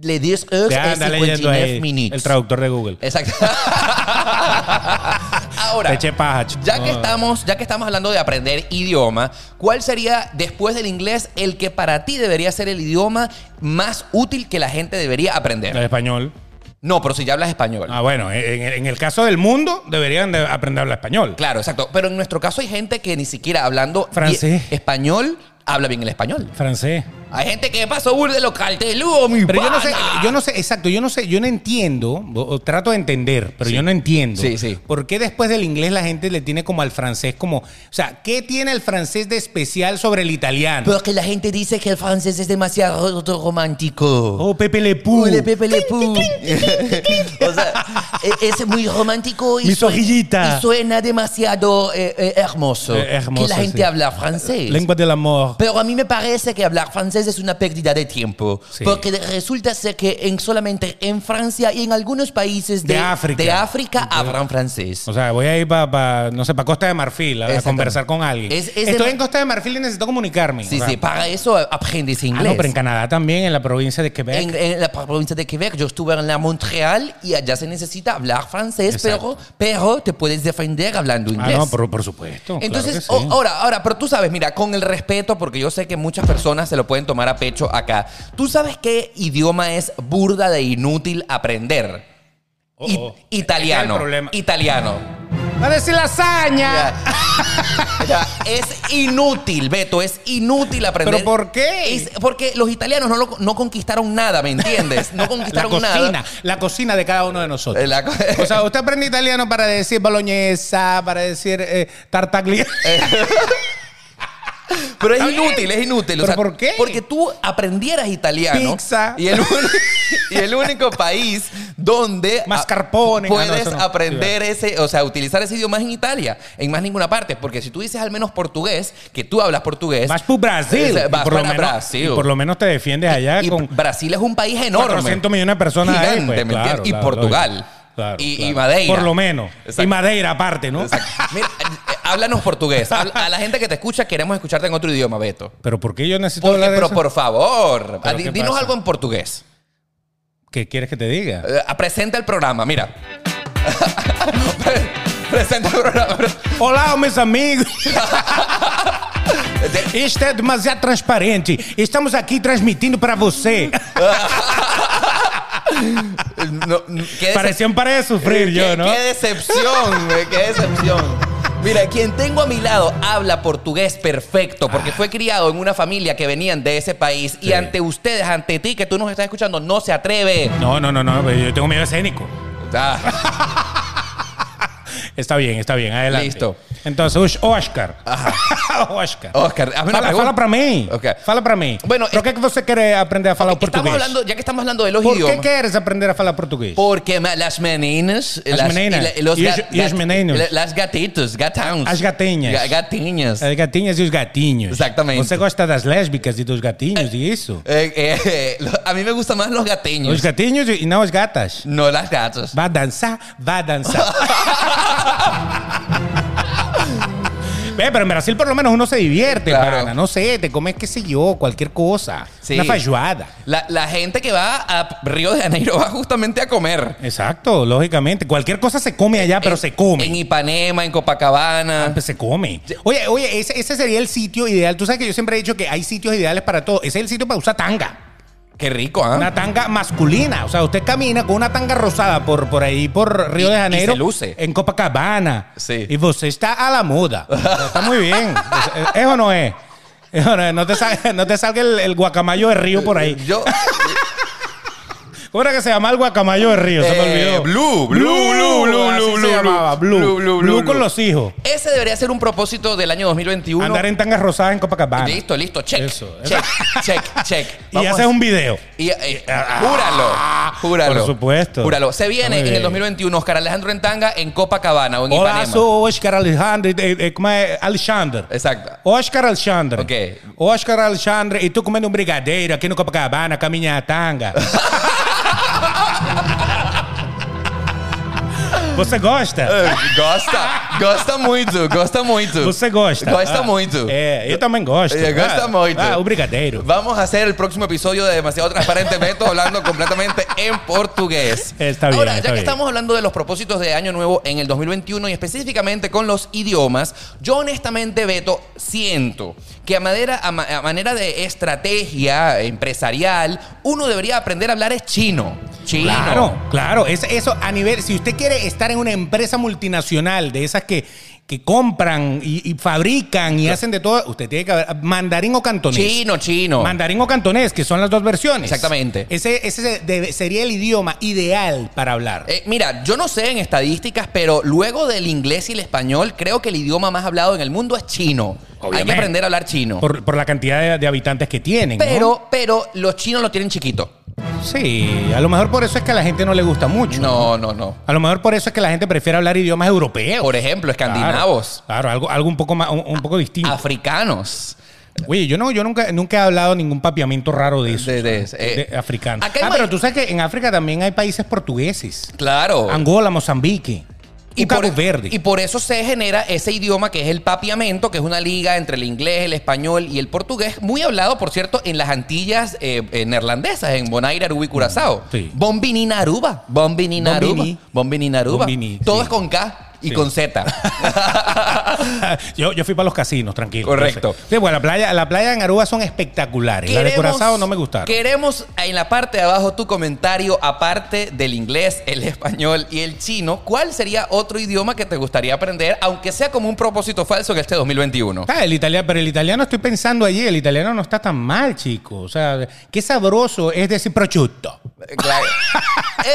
les 10 heures Ya et anda leyendo 59 ahí minutes. el traductor de Google. Exacto. Ahora, Te eché paja. ch- ya que, No. estamos, ya que estamos hablando de aprender idioma, ¿cuál sería después del inglés el que para ti debería ser el idioma más útil que la gente debería El aprender? español. No, pero si ya hablas español. Eh. Ah, bueno, en, en el caso del mundo deberían de aprender a hablar español. Claro, exacto. Pero en nuestro caso hay gente que ni siquiera hablando Francés. bien- español habla bien el español. Francés. Hay gente que pasó burde los carteludos, mi Pero yo no sé, pana. yo no sé, exacto, yo no sé, yo no entiendo, o, o trato de entender, pero yo no entiendo. Sí, sí. ¿Por qué después del inglés la gente le tiene como al francés como, o sea, ¿qué tiene el francés de especial sobre el italiano? Porque la gente dice que el francés es demasiado romántico. Oh, Pepe Le Pou. Ole, Pepe Le Pou. o sea, e- es muy romántico y, Mi sue- zorrillita. y suena demasiado eh, eh, hermoso. Eh, hermoso, Que la gente sí. habla francés. Lengua del amor. Pero a mí me parece que hablar francés es una pérdida de tiempo. Sí. Porque resulta ser que en, solamente en Francia y en algunos países de, De África. de África hablan francés. O sea, voy a ir para, no sé, para Costa de Marfil a- a, Exactamente. conversar con alguien. Es- es Estoy de- en Costa de Marfil y necesito comunicarme. Sí, O sea, sí, para eso aprendes ah, inglés. no, pero en Canadá también, en la provincia de Quebec. Ah, en, en la provincia de Quebec, yo estuve en la Montreal y allá se necesita hablar francés, pero, Exacto. pero te puedes defender hablando ah, inglés. no, por, por supuesto. claro Entonces, oh, que sí. o- ahora, ahora, pero tú sabes, mira, con el respeto, porque yo sé que muchas personas se lo pueden tomar a pecho acá. ¿Tú sabes qué idioma es burda de inútil aprender? Oh, I- oh. Ese es Italiano. el problema. Ah. Italiano. ¡Va a decir lasaña! Ya. Ya, es inútil, Beto, es inútil aprender. ¿Pero por qué? Es porque los italianos no, lo- no conquistaron nada, ¿me entiendes? No La conquistaron cocina, nada. la cocina de cada uno de nosotros. Eh, la co- O sea, usted aprende italiano para decir boloñesa, para decir eh, tartaglia. Pero es Está bien. inútil, es inútil. O ¿Pero sea, por qué? Porque tú aprendieras italiano. Pizza. Y el, un- y el único país donde a- Mascarpone. Ah, no, puedes eso no. aprender ese, o sea, utilizar ese idioma es en Italia, en más ninguna parte. Porque si tú dices al menos portugués, que tú hablas portugués. eh, Vas por Brasil. Vas Y por lo para menos, Brasil. y por lo menos te defiendes allá y con Brasil es un país enorme. 400 millones de personas ahí. Gigante, pues, ¿me claro, entiendes? Y claro, Portugal. lógico. Claro, y, y claro. Madeira. Por lo menos. Y Exacto. Madeira aparte, ¿no? Exacto. Mira, eh, háblanos portugués. Habla- A la gente que te escucha, queremos escucharte en otro idioma, Beto. Pero ¿por qué yo necesito Porque, hablar de pero eso? por favor, ¿Pero di- qué dinos pasa? algo en portugués. ¿Qué quieres que te diga? Eh, presenta el programa, mira. Pre- presenta el programa. Olá, meus amigos. Este é demasiado transparente. Estamos aqui transmitindo para você. eh, No, n- qué decep- Parecía un par de sufrir yo, qué- ¿no? Qué decepción, güey, qué decepción. Mira, quien tengo a mi lado habla portugués perfecto porque fue criado en una familia que venían de ese país y Sí. ante ustedes, ante ti que tú nos estás escuchando, no se atreve. No, no, no, no. pero Yo tengo miedo escénico. Ah, Está bien, está bien. Adelante. listo. Oh, Entonces, ush, oh, Oscar. Oh, Oscar. Oscar, a mí una fala, pergunta. fala para mí. Ok. Fala para mí. Bueno, ¿Por eh, qué que você quer aprender a falar portugués? Estamos hablando, ya que estamos hablando de los ¿Por idiomas. qué quieres aprender a falar portugués? Porque ma- las meninas, Las meninas. y la- y los Y os- ga- y os gat- meninos. la- las gatitos, gatãos. As gatinhas. Ga- gatinhas. As gatinhas e os gatinhos. Exactamente. Você gosta das lésbicas e dos gatinhos e isso? Eh, eh, eh, lo- a mí me gustan más los gatiños, Os gatinhos e não as gatas. no las gatas. Vá dançar, vá dançar. Eh, pero en Brasil por lo menos uno se divierte, Claro. pana. No sé, te comes qué sé yo, cualquier cosa. Sí. Una falluada. La, la gente que va a Río de Janeiro va justamente a comer. Exacto, lógicamente. Cualquier cosa se come allá, pero En- se come. En Ipanema, en Copacabana. Pues se come. Oye, oye, ese, ese sería el sitio ideal. Tú sabes que yo siempre he dicho que hay sitios ideales para todo. Ese es el sitio para usar tanga. Qué rico, ¿ah? Una tanga masculina. O sea, usted camina con una tanga rosada por, por ahí, por Río de Y- y Janeiro. se luce. En Copacabana. Sí. Y usted está a la moda. O sea, Está muy bien. Es- es- Eso no es. Eso no, es. No te salga, no te salga el, el guacamayo de río por ahí. Yo, ¿Cómo era que se llama el guacamayo de río? se me Eh, olvidó. Blue, Blue, Blue, Blue, así Blue, se Blue, llamaba. Blue. Blue, Blue, Blue, con Blue. los hijos. ese debería ser un propósito del año 2021. Andar en tangas rosadas en Copacabana. Listo, listo, check. Eso, eso. check, check, check. Y Vamos haces a- un video. Y, eh, júralo, júralo. ah, por supuesto. Júralo. Se Está viene muy en bien. el 2021 Oscar Alejandro en tanga en Copacabana o en Hola, Ipanema. sou Oscar Alejandro. eh, eh, como é? Alexandre. Exacto. Oscar Alexandre. Ok. Oscar Alexandre. E tu comendo um brigadeiro aqui no Copacabana com a minha tanga. Você gosta? Eh, Gosta, gosta muito, gosta muito. Você gosta? Ah. Eh, Gosta muito. É, eu também gosto. Eh, gosta Ah, muito. Ah, o brigadeiro. Vamos a hacer el próximo episodio de Demasiado Transparente Beto hablando completamente en portugués. Está bien, Ahora, ya está que bien. estamos hablando de los propósitos de Año Nuevo en el 2021 y específicamente con los idiomas, yo honestamente, Beto, siento que a, madera- a ma- a manera de estrategia empresarial, uno debería aprender a hablar es chino. Chino. Claro, claro. Es, eso a nivel. Si usted quiere estar en una empresa multinacional de esas que, que compran y, y fabrican y hacen de todo, usted tiene que haber mandarín o cantonés. Chino, chino. Mandarín o cantonés, que son las dos versiones. Exactamente. Ese, ese se- debe- sería el idioma ideal para hablar. Eh, mira, yo no sé en estadísticas, pero luego del inglés y el español, creo que el idioma más hablado en el mundo es chino. Hay que Obviamente. aprender a hablar chino. por, por la cantidad de, de habitantes que tienen. ¿no? Pero, pero los chinos lo tienen chiquito. Sí, a lo mejor por eso es que a la gente no le gusta mucho. No, no, no. A lo mejor por eso es que la gente prefiere hablar idiomas europeos. Por ejemplo, escandinavos, Claro, claro, algo, algo un poco más, un, un poco distinto. africanos. Oye, yo no, yo nunca, nunca he hablado ningún papiamento raro de eso. De- de- o sea, de- eh, de africano. acá hay Ah, ma- pero tú sabes que en África también hay países portugueses. Claro. Angola, Mozambique. Y Cabo Verde. Oh. y por eso se genera ese idioma que es el papiamento, que es una liga entre el inglés, el español y el portugués, muy hablado, por cierto, en las Antillas eh, eh, neerlandesas, en Bonaire, Aruba y Curazao. Mm, Sí. Bombini Naruba. Bombini Naruba. Bombini. Bombini Naruba. Bombini, Todo sí. es con K y Sí. con Z. yo, yo fui para los casinos, tranquilo. Correcto. Entonces, Sí, bueno, la playa, la playa en Aruba son espectaculares. la de Queremos- Curazao no me gustaron. Queremos eh, en la parte de abajo tu comentario, aparte del inglés, el español y el chino, ¿cuál sería otro idioma que te gustaría aprender, aunque sea como un propósito falso en este 2021? Ah, el italiano, pero el italiano estoy pensando allí, el italiano no está tan mal, chico. O sea, qué sabroso es decir prosciutto. Eh, Claro.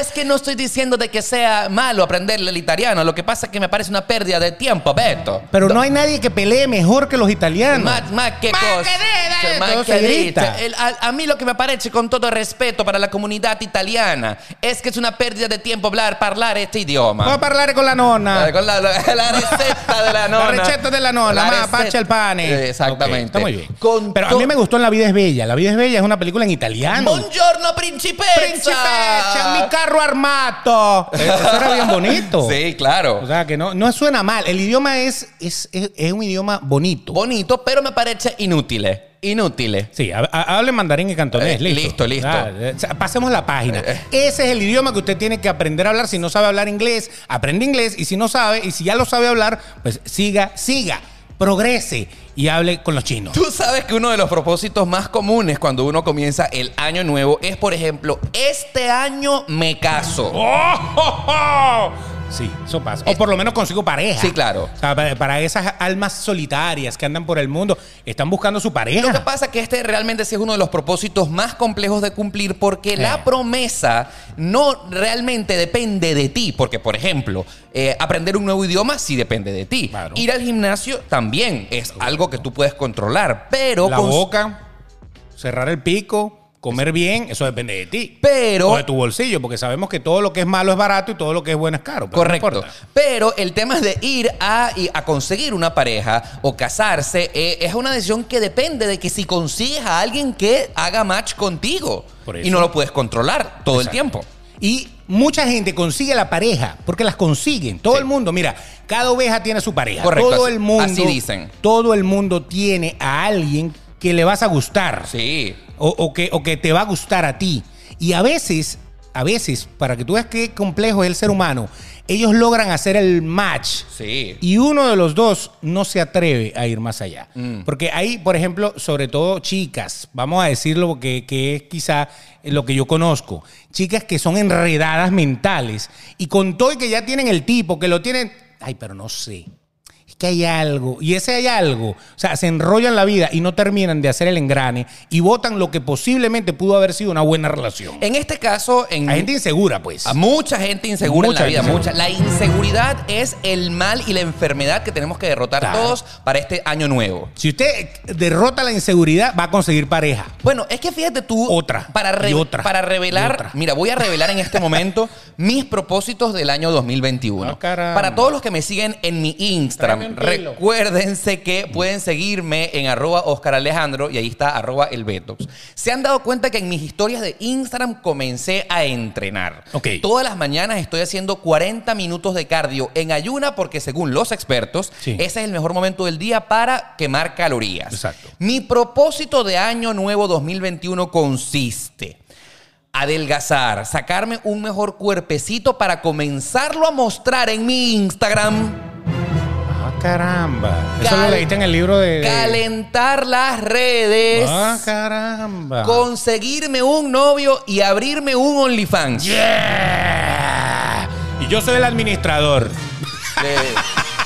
es que no estoy diciendo de que sea malo aprenderle el italiano, lo que pasa es que me parece una pérdida de tiempo, Beto. Pero no hay nadie que pelee mejor que los italianos. Más, más que Más cosa. que de- de- Más todo que se de- grita. El- a, a mí lo que me parece, con todo respeto para la comunidad italiana, es que es una pérdida de tiempo hablar, hablar este idioma. Voy a hablar con la nona. Ah, Con la, la- la receta de la nona. La receta de la nona, más pacha el pane. Eh, Exactamente. Ok, está muy bien. Con Pero a to- mí me gustó En La vida es bella. La vida es bella es una película en italiano. Buongiorno, principessa. Principecha, mi carro armato. Eh, Eso era bien bonito. Sí, claro. O sea, que no, no suena mal. El idioma es, es, es, es un idioma bonito. Bonito, pero me parece inútil. Inútil. Sí, ha- ha- hable mandarín y cantonés. Eh, listo, listo, listo. Eh, Ah, eh, o sea, pasemos la página. Ese es el idioma que usted tiene que aprender a hablar. Si no sabe hablar inglés, aprende inglés. Y si no sabe, y si ya lo sabe hablar, pues siga, siga, progrese y hable con los chinos. Tú sabes que uno de los propósitos más comunes cuando uno comienza el año nuevo es, por ejemplo, este año me caso. ¡Oh, oh, oh! Sí, eso pasa. O por lo menos consigo pareja. Sí, claro. O sea, pa- para esas almas solitarias que andan por el mundo, están buscando su pareja. Lo que pasa es que este realmente sí es uno de los propósitos más complejos de cumplir porque Eh. la promesa no realmente depende de ti. Porque, por ejemplo, eh, aprender un nuevo idioma sí depende de ti. Claro. Ir al gimnasio también es algo que tú puedes controlar. Pero, La cons- boca, cerrar el pico, comer bien, eso depende de ti. pero O de tu bolsillo, porque sabemos que todo lo que es malo es barato y todo lo que es bueno es caro. pero no Correcto. importa. Pero el tema de ir a, y a conseguir una pareja o casarse eh, es una decisión que depende de que si consigues a alguien que haga match contigo. Por eso. Y no lo puedes controlar todo el tiempo. Y mucha gente consigue la pareja, porque las consiguen. Todo el mundo, mira, cada oveja tiene su pareja. Correcto, todo así- el mundo. así dicen. Todo el mundo tiene a alguien que le vas a gustar. Sí. o, o que, o que te va a gustar a ti. Y a veces, a veces, para que tú veas qué complejo es el ser humano, ellos logran hacer el match. Sí. Y uno de los dos no se atreve a ir más allá. Porque hay, por ejemplo, sobre todo chicas, vamos a decirlo porque que es quizá lo que yo conozco, chicas que son enredadas mentales y con todo y que ya tienen el tipo, que lo tienen, ay, pero no sé. Es que hay algo, y ese hay algo. O sea, se enrollan la vida y no terminan de hacer el engrane y votan lo que posiblemente pudo haber sido una buena relación. En este caso, en, Hay gente insegura, pues. a mucha gente insegura Mucha en la vida. gente Mucha. La inseguridad es el mal y la enfermedad que tenemos que derrotar Claro. todos para este año nuevo. Si usted derrota la inseguridad, va a conseguir pareja. Bueno, es que fíjate tú. Otra, Para, re- y otra, para y revelar. otra. Mira, voy a revelar en este momento mis propósitos del año 2021. Ah, caramba. para todos los que me siguen en mi Instagram, Tráeme un pelo. Mm. recuérdense que pueden seguirme en arroba Oscar Alejandro y ahí está arroba el Betox. Se han dado cuenta que en mis historias de Instagram comencé a entrenar. Ok. Todas las mañanas estoy haciendo 40 minutos de cardio en ayuna porque según los expertos, Sí. ese es el mejor momento del día para quemar calorías. Exacto. Mi propósito de año nuevo 2021 consiste adelgazar, sacarme un mejor cuerpecito para comenzarlo a mostrar en mi Instagram, Ah, caramba. Eso Cal- lo leíste en el libro de. de- calentar las redes, Ah, caramba. conseguirme un novio y abrirme un OnlyFans. Yeah. Y yo soy el administrador.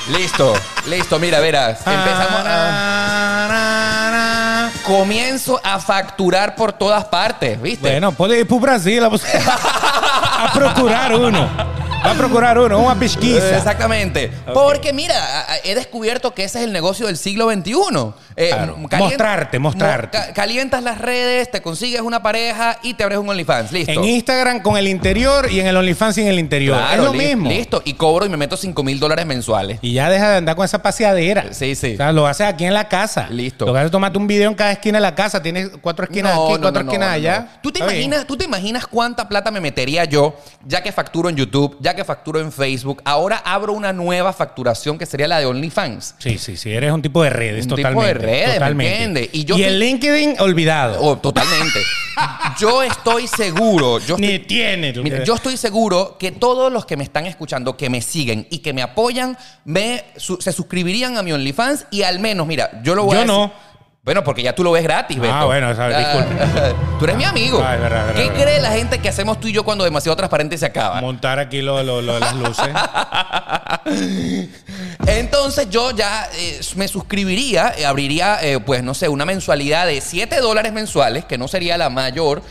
Le- listo, listo, mira, verás, Ah, empezamos a... Ah, na, na. Comienzo a facturar por todas partes, ¿viste? Bueno, puede ir por Brasil a, buscar- a procurar uno. Va a procurar uno, una Eh, pesquisa. Exactamente. Porque mira, a- a- he descubierto que ese es el negocio del siglo XXI. Eh, Claro. m- Mostrarte, mostrarte. mo- ca- calientas las redes, te consigues una pareja y te abres un OnlyFans. Listo. En Instagram con el interior y en el OnlyFans sin el interior. Claro, es lo li- mismo. Listo. Y cobro y me meto 5 mil dólares mensuales. Y ya deja de andar con esa paseadera. Sí, sí. O sea, lo haces aquí en la casa. Listo. Lo que haces es tomarte un video en cada esquina de la casa. Tienes cuatro esquinas aquí, cuatro esquinas no. allá. ¿Tú te, Está bien. imaginas, ¿Tú te imaginas cuánta plata me metería yo, ya que facturo en YouTube, ya que facturo en Facebook? Ahora abro una nueva facturación que sería la de OnlyFans. Sí, sí, sí. Eres un tipo de redes, Un tipo de totalmente. redes, ¿me totalmente. entiendes? Y, Y yo el sí- LinkedIn olvidado. Oh, totalmente. yo estoy seguro. Yo estoy Ni tiene. Mira, yo estoy seguro que todos los que me están escuchando, que me siguen y que me apoyan, me, su- se suscribirían a mi OnlyFans y al menos, mira, yo lo voy Yo a decir- no. Ah, Bueno, porque ya tú lo ves gratis, Beto. Ah, bueno, o sea, disculpe. Tú eres mi amigo. Ah, es verdad, es verdad, ¿Qué es verdad. cree la gente que hacemos tú y yo cuando demasiado transparente se acaba? Montar aquí lo, lo- lo de las luces. Entonces yo ya eh, me suscribiría, eh, abriría, eh, pues no sé, una mensualidad de 7 dólares mensuales, que no sería la mayor,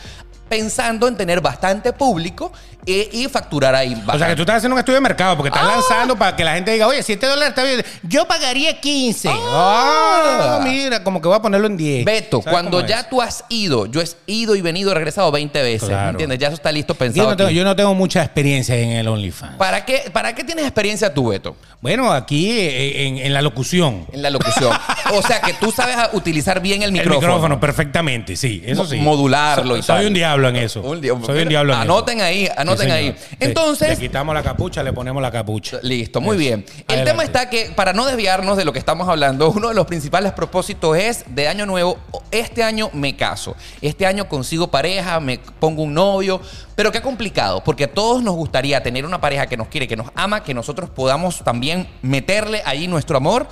pensando en tener bastante público eh, y facturar ahí. o sea, bastante. que tú estás haciendo un estudio de mercado porque Ah. estás lanzando para que la gente diga, oye, 7 dólares está bien. Yo pagaría 15. Ah. Ah, mira, como que voy a ponerlo en 10. Beto, ¿Sabes cuando cómo ya es? tú has ido, yo he ido y venido, he regresado 20 veces, Claro. ¿entiendes? Ya eso está listo Yo pensado. no, tengo, aquí. yo no tengo mucha experiencia en el OnlyFans. ¿Para, qué, ¿Para qué tienes experiencia tú, Beto? Bueno, aquí eh, en, en la locución. En la locución. o sea, que tú sabes a- utilizar bien el El micrófono. micrófono, perfectamente, sí, eso Mo- sí. modularlo So- y Soy tal. un diablo en eso. Un diablo. Soy un diablo en Anoten eso. ahí, anoten Sí, ahí. señor. Sí. Entonces, Le quitamos la capucha, le ponemos la capucha. Listo, muy bien. El Adelante. tema está que, para no desviarnos de lo que estamos hablando, uno de los principales propósitos es de año nuevo, este año me caso, este año consigo pareja, me pongo un novio, pero qué complicado, porque a todos nos gustaría tener una pareja que nos quiere, que nos ama, que nosotros podamos también meterle ahí nuestro amor,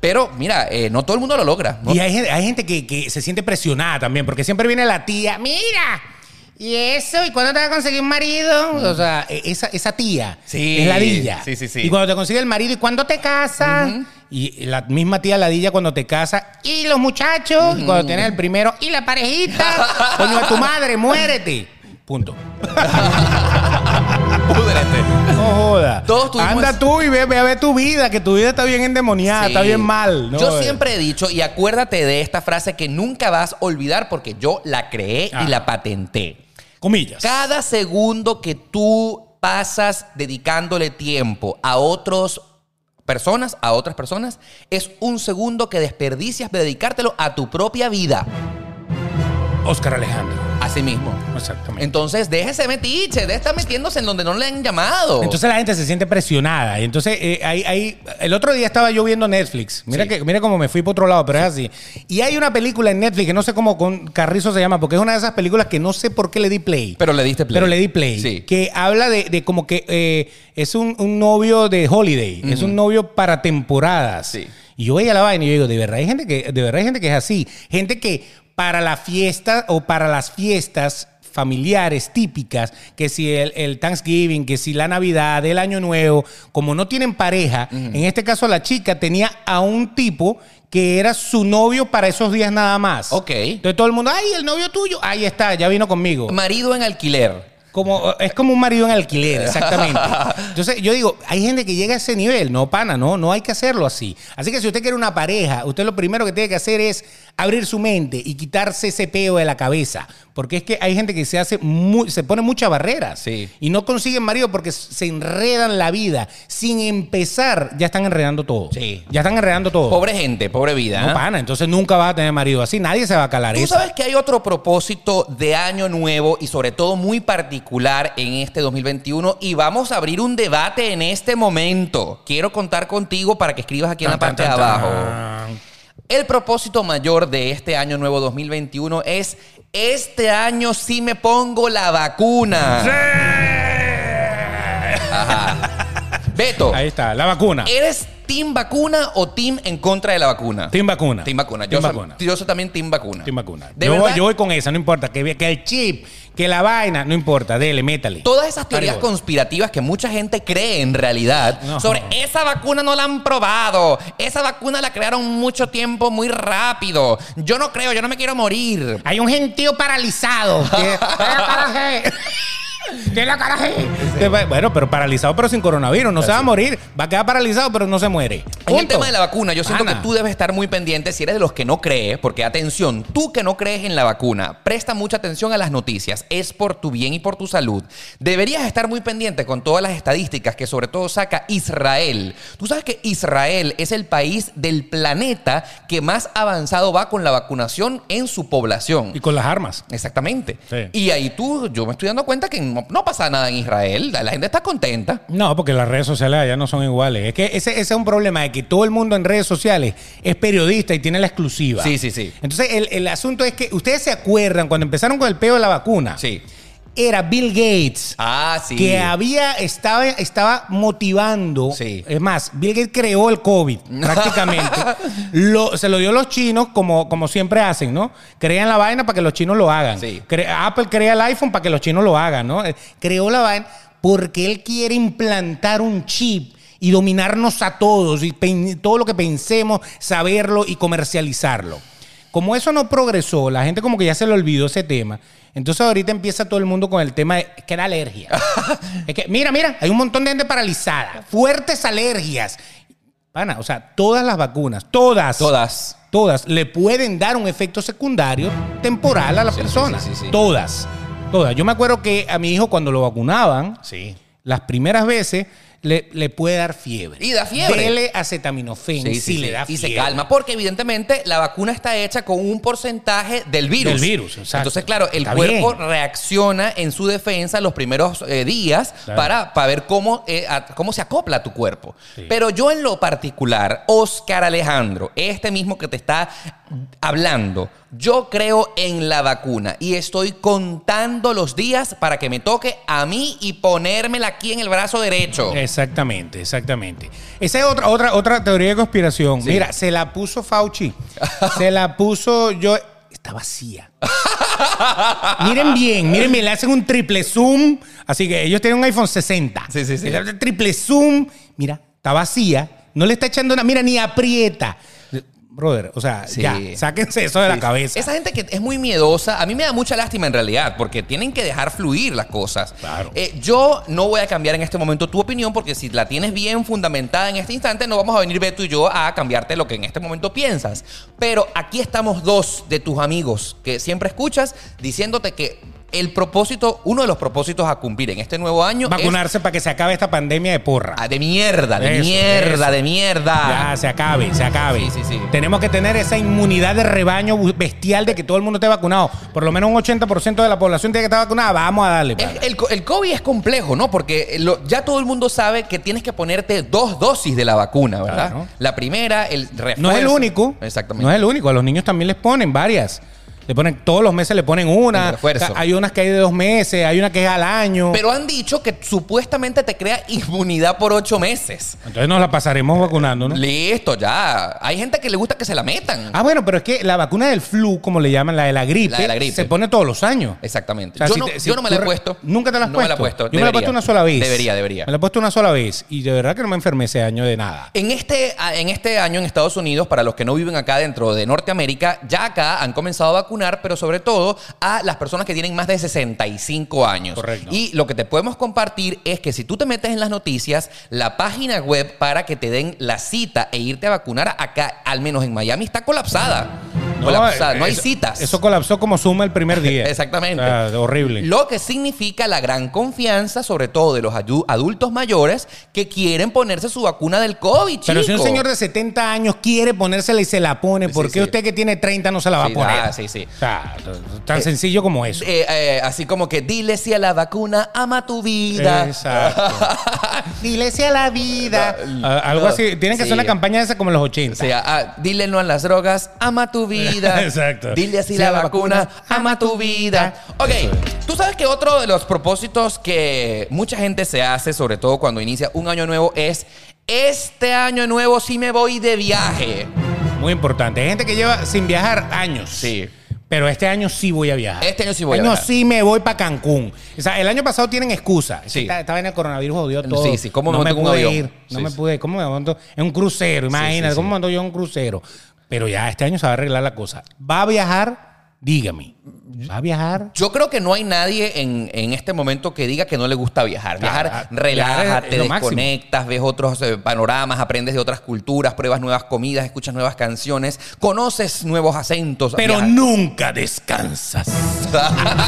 pero mira, eh, no todo el mundo lo logra. ¿no? Y hay, gente- hay gente que, que se siente presionada también, porque siempre viene la tía, mira, ¿Y eso? ¿Y cuándo te va a conseguir un marido? O sea, e- esa, esa tía Mm. Sí. es ladilla. Sí, sí, sí. Y cuando te consigue el marido, ¿y cuándo te casas? Y la misma tía ladilla cuando te casas. ¿Y los muchachos? Y cuando tienes el primero. ¿Y la parejita? Coño, a tu madre, muérete. Punto. Púdrete. No joda. Todos tuvimos- Anda tú y ve, ve a ver tu vida, que tu vida está bien endemoniada, está Sí. bien mal. ¿no? Yo siempre he dicho, y acuérdate de esta frase que nunca vas a olvidar porque yo la creé Ah. y la patenté. Comillas. Cada segundo que tú pasas dedicándole tiempo a otros personas, a otras personas, es un segundo que desperdicias de dedicártelo a tu propia vida. Oscar Alejandro. Así mismo. Exactamente. Entonces, déjese metiche, de estar metiéndose en donde no le han llamado. Entonces la gente se siente presionada. Y entonces, eh, hay- hay- el otro día estaba yo viendo Netflix. Mira, Sí. que, mira cómo me fui por otro lado, pero es así. Y hay una película en Netflix que no sé cómo con Carrizo se llama, porque es una de esas películas que no sé por qué le di play. pero le diste este play. Pero le di play. Sí. Que habla de, de como que eh, es un, un novio de holiday. Es un novio para temporadas. Sí. Y yo veía la vaina y yo digo, de verdad hay gente que, de verdad hay gente que es así. Gente que para la fiesta o para las fiestas familiares típicas, que si el, el Thanksgiving, que si la Navidad, el Año Nuevo, como no tienen pareja, en este caso la chica tenía a un tipo que era su novio para esos días nada más. Ok. Entonces todo el mundo, ay, el novio tuyo, ahí está, ya vino conmigo. Marido en alquiler. Como, es como un marido en alquiler, exactamente. Entonces, yo digo, hay gente que llega a ese nivel. No, pana, no, no hay que hacerlo así. Así que si usted quiere una pareja, usted lo primero que tiene que hacer es abrir su mente y quitarse ese peo de la cabeza. Porque es que hay gente que se hace mu- se pone muchas barreras Sí. y no consiguen marido porque se enredan la vida. Sin empezar, ya están enredando todo. Sí. Ya están enredando todo. Pobre gente, pobre vida. No, ¿eh? pana, entonces nunca vas a tener marido así. Nadie se va a calar Tú eso. sabes que hay otro propósito de año nuevo y sobre todo muy particular en este 2021 y vamos a abrir un debate en este momento. Quiero contar contigo para que escribas aquí en la Tan, parte de tan, tan, abajo. tan. El propósito mayor de este año nuevo 2021 es este año sí me pongo la vacuna. Ajá. Beto, Ahí está, la vacuna. ¿eres team vacuna o team en contra de la vacuna? Team vacuna. Team vacuna. Yo, Team soy- vacuna. yo soy también team vacuna. Team vacuna. De yo, voy, verdad, yo voy con esa, no importa. Que, que el chip, que la vaina, no importa. Dele, métale. Todas esas teorías Dale, voy. conspirativas que mucha gente cree en realidad No. sobre esa vacuna no la han probado, esa vacuna la crearon mucho tiempo, muy rápido. Yo no creo, yo no me quiero morir. Hay un gentío paralizado. Que- ¡Ve la caraje! ¡Ve la caraje! Que va- Bueno, pero paralizado, pero sin coronavirus. No se va a morir. Va a quedar paralizado, pero no se muere. En el Punto. tema de la vacuna, yo siento Ana. que tú debes estar muy pendiente si eres de los que no crees, porque atención, tú que no crees en la vacuna, presta mucha atención a las noticias, es por tu bien y por tu salud. Deberías estar muy pendiente con todas las estadísticas que sobre todo saca Israel. Tú sabes que Israel es el país del planeta que más avanzado va con la vacunación en su población. Y con las armas. Exactamente. Sí. Y ahí tú, yo me estoy dando cuenta que no, no pasa nada en Israel, la la gente está contenta. No, porque las redes sociales allá no son iguales. Es que ese, ese es un problema de que todo el mundo en redes sociales es periodista y tiene la exclusiva. Sí, sí, sí. Entonces, el, el asunto es que ustedes se acuerdan cuando empezaron con el peo de la vacuna. Sí. Era Bill Gates. Ah, sí. que había estaba, estaba motivando. Sí. Es más, Bill Gates creó el COVID prácticamente. Lo- se lo dio a los chinos como, como siempre hacen, ¿no? Crean la vaina para que los chinos lo hagan. Sí. Cre- Apple crea el iPhone para que los chinos lo hagan, ¿no? Eh, Creó la vaina porque él quiere implantar un chip y dominarnos a todos y pen- todo lo que pensemos, saberlo y comercializarlo. Como eso no progresó, la gente como que ya se le olvidó ese tema. Entonces ahorita empieza todo el mundo con el tema de "Es que era alergia. es que, mira, mira, hay un montón de gente paralizada, fuertes alergias. Pana, o sea, todas las vacunas, todas, Todas. todas le pueden dar un efecto secundario temporal a la Sí, sí, persona. sí, sí, sí. Todas, todas. Yo me acuerdo que a mi hijo cuando lo vacunaban, Sí. las primeras veces le, le puede dar fiebre. Y da fiebre. Dele acetaminofén Sí, si sí, le sí. da y fiebre. se calma, porque evidentemente la vacuna está hecha con un porcentaje del virus. Del virus, exacto. Entonces, claro, el Está cuerpo bien. reacciona en su defensa los primeros eh, días Claro. para, para ver cómo, eh, a- cómo se acopla a tu cuerpo. Sí. Pero yo en lo particular, Oscar Alejandro, este mismo que te está hablando, yo creo en la vacuna y estoy contando los días para que me toque a mí y ponérmela aquí en el brazo derecho. Exactamente, exactamente. Esa es otra, otra, otra teoría de conspiración. Sí. Mira, se la puso Fauci. se la puso yo. Está vacía. Miren bien, miren bien, le hacen un triple zoom. Así que ellos tienen un iPhone 60. Sí, sí, sí. Le hacen Triple zoom. Mira, está vacía. No le está echando nada. Mira, ni aprieta. Brother, o sea, Sí. ya, sáquense eso de la cabeza. Esa gente que es muy miedosa, a mí me da mucha lástima en realidad, porque tienen que dejar fluir las cosas. Claro. Eh, yo no voy a cambiar en este momento tu opinión, porque si la tienes bien fundamentada en este instante, no vamos a venir Beto y yo a cambiarte lo que en este momento piensas. Pero aquí estamos dos de tus amigos que siempre escuchas diciéndote que el propósito, uno de los propósitos a cumplir en este nuevo año es Vacunarse para que se acabe esta pandemia de porra. Ah, de mierda, de Eso, mierda, eso. de mierda. Ya, se acabe, se acabe. Ah. Sí, sí, sí. Tenemos que tener esa inmunidad de rebaño bu- bestial de que todo el mundo esté vacunado. Por lo menos un 80% de la población tiene que estar vacunada. Vamos a darle. pana. Es- el, co- el COVID es complejo, ¿no? Porque eh, lo- ya todo el mundo sabe que tienes que ponerte dos dosis de la vacuna, ¿verdad? Claro. La primera, el refuerzo. No es el único. Exactamente. No es el único. A los niños también les ponen varias. Le ponen, todos los meses le ponen El una. refuerzo. Hay unas que hay de dos meses, hay una que es al año. Pero han dicho que supuestamente te crea inmunidad por ocho meses. Entonces nos la pasaremos vacunando, ¿no? Listo, ya. Hay gente que le gusta que se la metan. Ah, bueno, pero es que la vacuna del flu, como le llaman, la de la gripe, La de la gripe. se pone todos los años. Exactamente. O sea, yo, si no, te- si yo no me la he tú re- puesto. Nunca te la has No puesto. me la he puesto. Yo me la he Debería. puesto una sola vez. Debería, debería. Me la he puesto una sola vez. Y de verdad que no me enfermé ese año de nada. En este, en este año en Estados Unidos, para los que no viven acá dentro de Norteamérica, ya acá han comenzado a vacunar, pero sobre todo a las personas que tienen más de 65 años. Correcto. Y lo que te podemos compartir es que si tú te metes en las noticias, la página web para que te den la cita e irte a vacunar acá, al menos en Miami, está colapsada. colapsada, no hay eh, eso- citas. Eso colapsó como suma el primer día. Exactamente. O sea, horrible. Lo que significa la gran confianza, sobre todo de los adu- adultos mayores que quieren ponerse su vacuna del COVID, Pero si un chico. señor de 70 años quiere ponérsela y se la pone, ¿por Sí, qué sí. usted que tiene 30 no se la va Sí, a poner? ah, sí, sí. O sea, tan sencillo como eso. Eh, eh, así como que dile si a la vacuna ama tu vida. Exacto. Dile sí a la vida. No, Ah, algo no, así. Tienen que hacer sí. una campaña de esa como en los 80. O sea, ah, dile no a las drogas, ama tu vida. Exacto. Dile así Si la, a la vacuna, vacuna, ama tu vida. Ok, tú sabes que otro de los propósitos que mucha gente se hace, sobre todo cuando inicia un año nuevo, es este año nuevo sí me voy de viaje. Muy importante. Hay gente que lleva sin viajar años. Sí. Pero este año sí voy a viajar. Este año sí voy a Este año viajar. sí me voy para Cancún. O sea, el año pasado tienen excusa. Sí. Esta, esta vaina del coronavirus jodió todo. Sí, sí, ¿cómo me no me monto en un pude avión? ir. No Sí, me sí. pude. ¿Cómo me monto? En un crucero, imagínate. sí, ¿Cómo sí. me monto yo en un crucero? Pero ya este año se va a arreglar la cosa. ¿Va a viajar? Dígame. ¿Va a viajar? Yo creo que no hay nadie en, en este momento que diga que no le gusta viajar. Viajar, Claro, ah, viajar relájate, es te lo máximo. desconectas, ves otros eh, panoramas, aprendes de otras culturas, pruebas nuevas comidas, escuchas nuevas canciones, conoces nuevos acentos. Pero viajas. nunca descansas.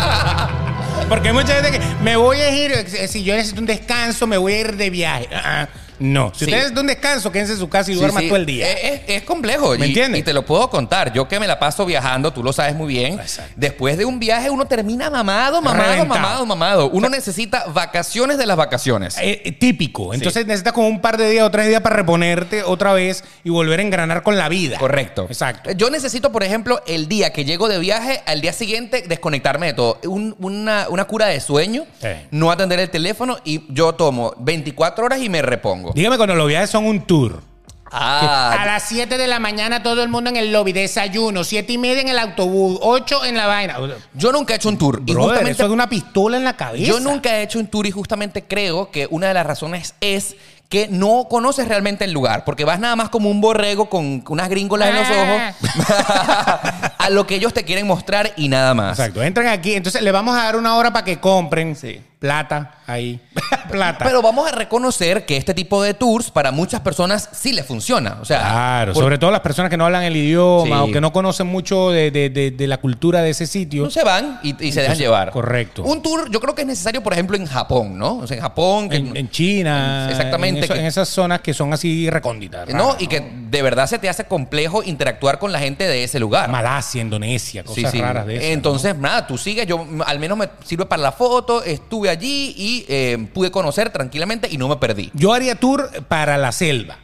Porque hay mucha gente que me voy a ir, eh, si yo necesito un descanso, me voy a ir de viaje. Ah, ah, no. Si Sí. usted necesita un descanso, quédense en su casa y Sí, duerma sí. Eh, todo el día. Es, es- es complejo. ¿Me y, entiendes? Y te lo puedo contar. Yo que me la paso viajando, tú lo sabes muy bien. Exacto. Después de un viaje uno termina mamado, mamado, Reventado. mamado, mamado. Uno necesita vacaciones de las vacaciones. Eh, eh, típico. Entonces necesitas como un par de días o tres días para reponerte otra vez y volver a engranar con la vida. Correcto. Exacto. Yo necesito, por ejemplo, el día que llego de viaje, al día siguiente desconectarme de todo. Un- una, una cura de sueño, Sí. no atender el teléfono y yo tomo 24 horas y me repongo. Dígame cuando los viajes son un tour. A Ah, las 7 de la mañana todo el mundo en el lobby, desayuno, 7 y media en el autobús, 8 en la vaina. yo nunca he hecho un tour. y Brother, justamente eso es una pistola en la cabeza. Yo nunca he hecho un tour y justamente creo que una de las razones es que no conoces realmente el lugar, porque vas nada más como un borrego con unas gringolas en los Ah. ojos a lo que ellos te quieren mostrar y nada más. Exacto, entran aquí, entonces le vamos a dar una hora para que compren plata ahí. plata. Pero vamos a reconocer que este tipo de tours para muchas personas sí les funciona. O sea, Claro, por- sobre todo las personas que no hablan el idioma Sí. o que no conocen mucho de, de- de- de la cultura de ese sitio. no se van y, y se dejan llevar. correcto. Un tour yo creo que es necesario, por ejemplo, en Japón, ¿no? O sea, en Japón... que- en, en China. en- exactamente, En, eso- que- en esas zonas que son así recónditas. ¿no? raras, y que de verdad se te hace complejo interactuar con la gente de ese lugar. Malasia, Indonesia, Sí, cosas sí. raras de esas. Entonces, nada, tú sigues. Yo m- al menos me sirve para la foto. Estuve allí y eh, pude conocer tranquilamente y no me perdí. Yo haría tour para la selva,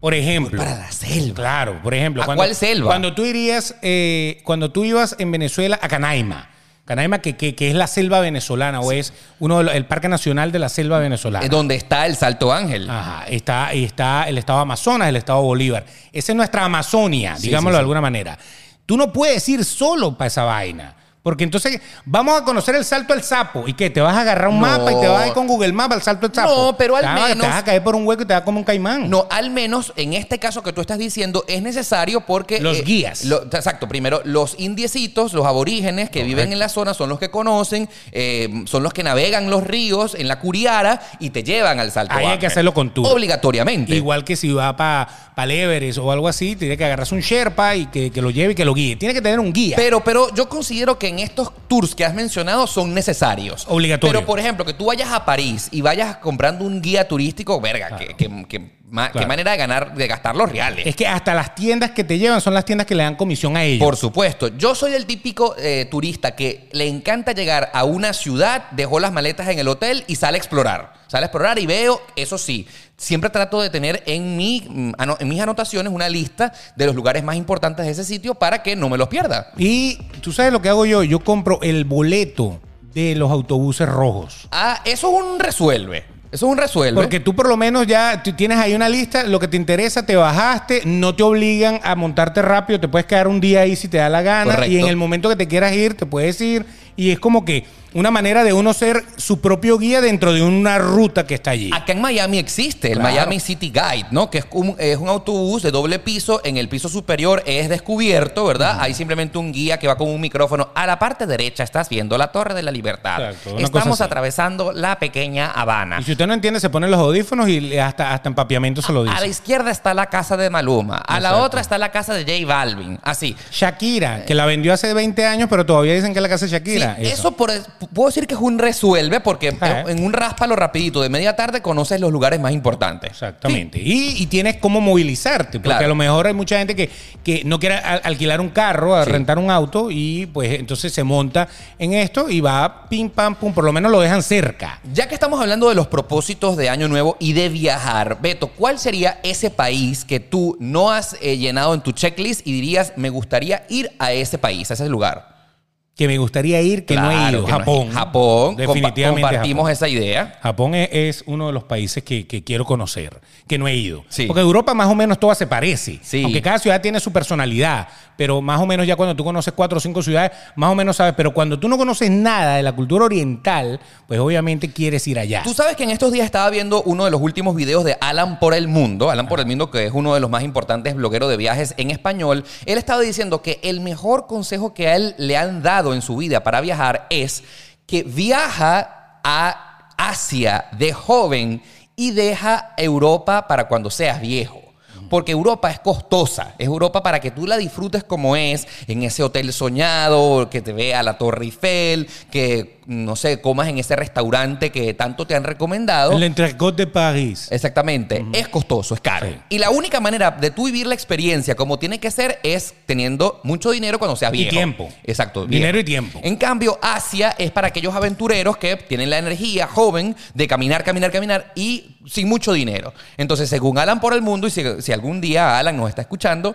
por ejemplo. Para la selva. Claro, por ejemplo. ¿A cuál selva? Cuando tú irías, eh, cuando tú ibas en Venezuela a Canaima. Canaima, que, que- que es la selva venezolana, o es uno de los- el Parque Nacional de la Selva Venezolana. Es donde está el Salto Ángel. Ajá, está, y está el estado Amazonas, el estado Bolívar. Esa es nuestra Amazonia, digámoslo sí, sí. de alguna manera. Tú no puedes ir solo para esa vaina. Porque entonces vamos a conocer el salto al sapo. ¿Y qué? ¿Te vas a agarrar un No. mapa y te vas a ir con Google Maps al salto al sapo? No, pero al Te vas a- menos- Te vas a caer por un hueco y te vas como un caimán. No, al menos en este caso que tú estás diciendo es necesario porque... eh, Los guías. lo- exacto, primero los indiecitos, los aborígenes que viven en la zona son los que conocen, eh, son los que navegan los ríos en la Curiara y te llevan al Salto Ahí hay Wagner. que hacerlo con tour. Obligatoriamente. Igual que si va para pa el Everest o algo así, tiene que agarrarse un Sherpa y que, que lo lleve y que lo guíe. Tiene que tener un guía. Pero, pero yo considero que en estos tours que has mencionado son necesarios. Obligatorio. Pero, por ejemplo, que tú vayas a París y vayas comprando un guía turístico, verga, que, que- que ma- Claro. qué manera de ganar, de gastar los reales. es que hasta las tiendas que te llevan son las tiendas que le dan comisión a ellos. Por supuesto, yo soy el típico eh, turista que le encanta llegar a una ciudad, dejó las maletas en el hotel y sale a explorar. Sale a explorar y veo, eso sí, siempre trato de tener en, mi, mm, ano- en mis anotaciones una lista de los lugares más importantes de ese sitio para que no me los pierda. Y tú sabes lo que hago yo. Yo compro el boleto de los autobuses rojos. Ah, eso es un resuelve. Eso es un resuelve. Porque tú por lo menos ya tú tienes ahí una lista, lo que te interesa, te bajaste, no te obligan a montarte rápido, te puedes quedar un día ahí si te da la gana Correcto. y en el momento que te quieras ir te puedes ir y es como que una manera de uno ser su propio guía dentro de una ruta que está allí. Acá en Miami existe el Claro. Miami City Guide, ¿no? Que es un, es un autobús de doble piso. En el piso superior es descubierto, ¿verdad? Hay simplemente un guía que va con un micrófono. A la parte derecha estás viendo la Torre de la Libertad. Exacto, una cosa Estamos así. atravesando la pequeña Habana. Y si usted no entiende, se pone los audífonos y le- hasta, hasta empapiamiento se lo A la dice. izquierda está la casa de Maluma. A la Exacto. otra está la casa de J Balvin. Así. Shakira, que la vendió hace 20 años, pero todavía dicen que es la casa de Sí, Shakira. eso, por- puedo decir que es un resuelve porque Ajá. en un ráspalo rapidito de media tarde conoces los lugares más importantes. Exactamente. Y, y tienes cómo movilizarte, porque Claro. a lo mejor hay mucha gente que, que no quiere al- alquilar un carro, a Sí. rentar un auto, y pues entonces se monta en esto y va pim, pam, pum, por lo menos lo dejan cerca. Ya que estamos hablando de los propósitos de Año Nuevo y de viajar, Beto, ¿cuál sería ese país que tú no has eh, llenado en tu checklist y dirías, me gustaría ir a ese país, a ese lugar? Que me gustaría ir, que no he Claro ido. que no Japón. es- Japón, compa- Definitivamente. compartimos Japón. esa idea. Japón es, es uno de los países que, que quiero conocer, que no he ido. Sí. Porque Europa más o menos toda se parece. Sí. Aunque cada ciudad tiene su personalidad, pero más o menos ya cuando tú conoces cuatro o cinco ciudades, más o menos sabes. Pero cuando tú no conoces nada de la cultura oriental, pues obviamente quieres ir allá. Tú sabes que en estos días estaba viendo uno de los últimos videos de Alan por el Mundo, Alan por el Mundo que es uno de los más importantes blogueros de viajes en español, él estaba diciendo que el mejor consejo que a él le han dado en su vida para viajar es que viaja a Asia de joven y deja Europa para cuando seas viejo. Porque Europa es costosa. Es Europa para que tú la disfrutes como es, en ese hotel soñado, que te vea la Torre Eiffel, que, no sé, comas en ese restaurante que tanto te han recomendado. El entrecot de Eh. París. Exactamente. Es costoso, es caro. Sí. Y la única manera de tú vivir la experiencia como tiene que ser es teniendo mucho dinero cuando seas Y viejo. tiempo. Exacto. Dinero y tiempo. En cambio, Asia es para aquellos aventureros que tienen la energía joven de caminar, caminar, caminar y sin mucho dinero. Entonces, según Alan por el mundo, y si, si algún día Alan nos está escuchando,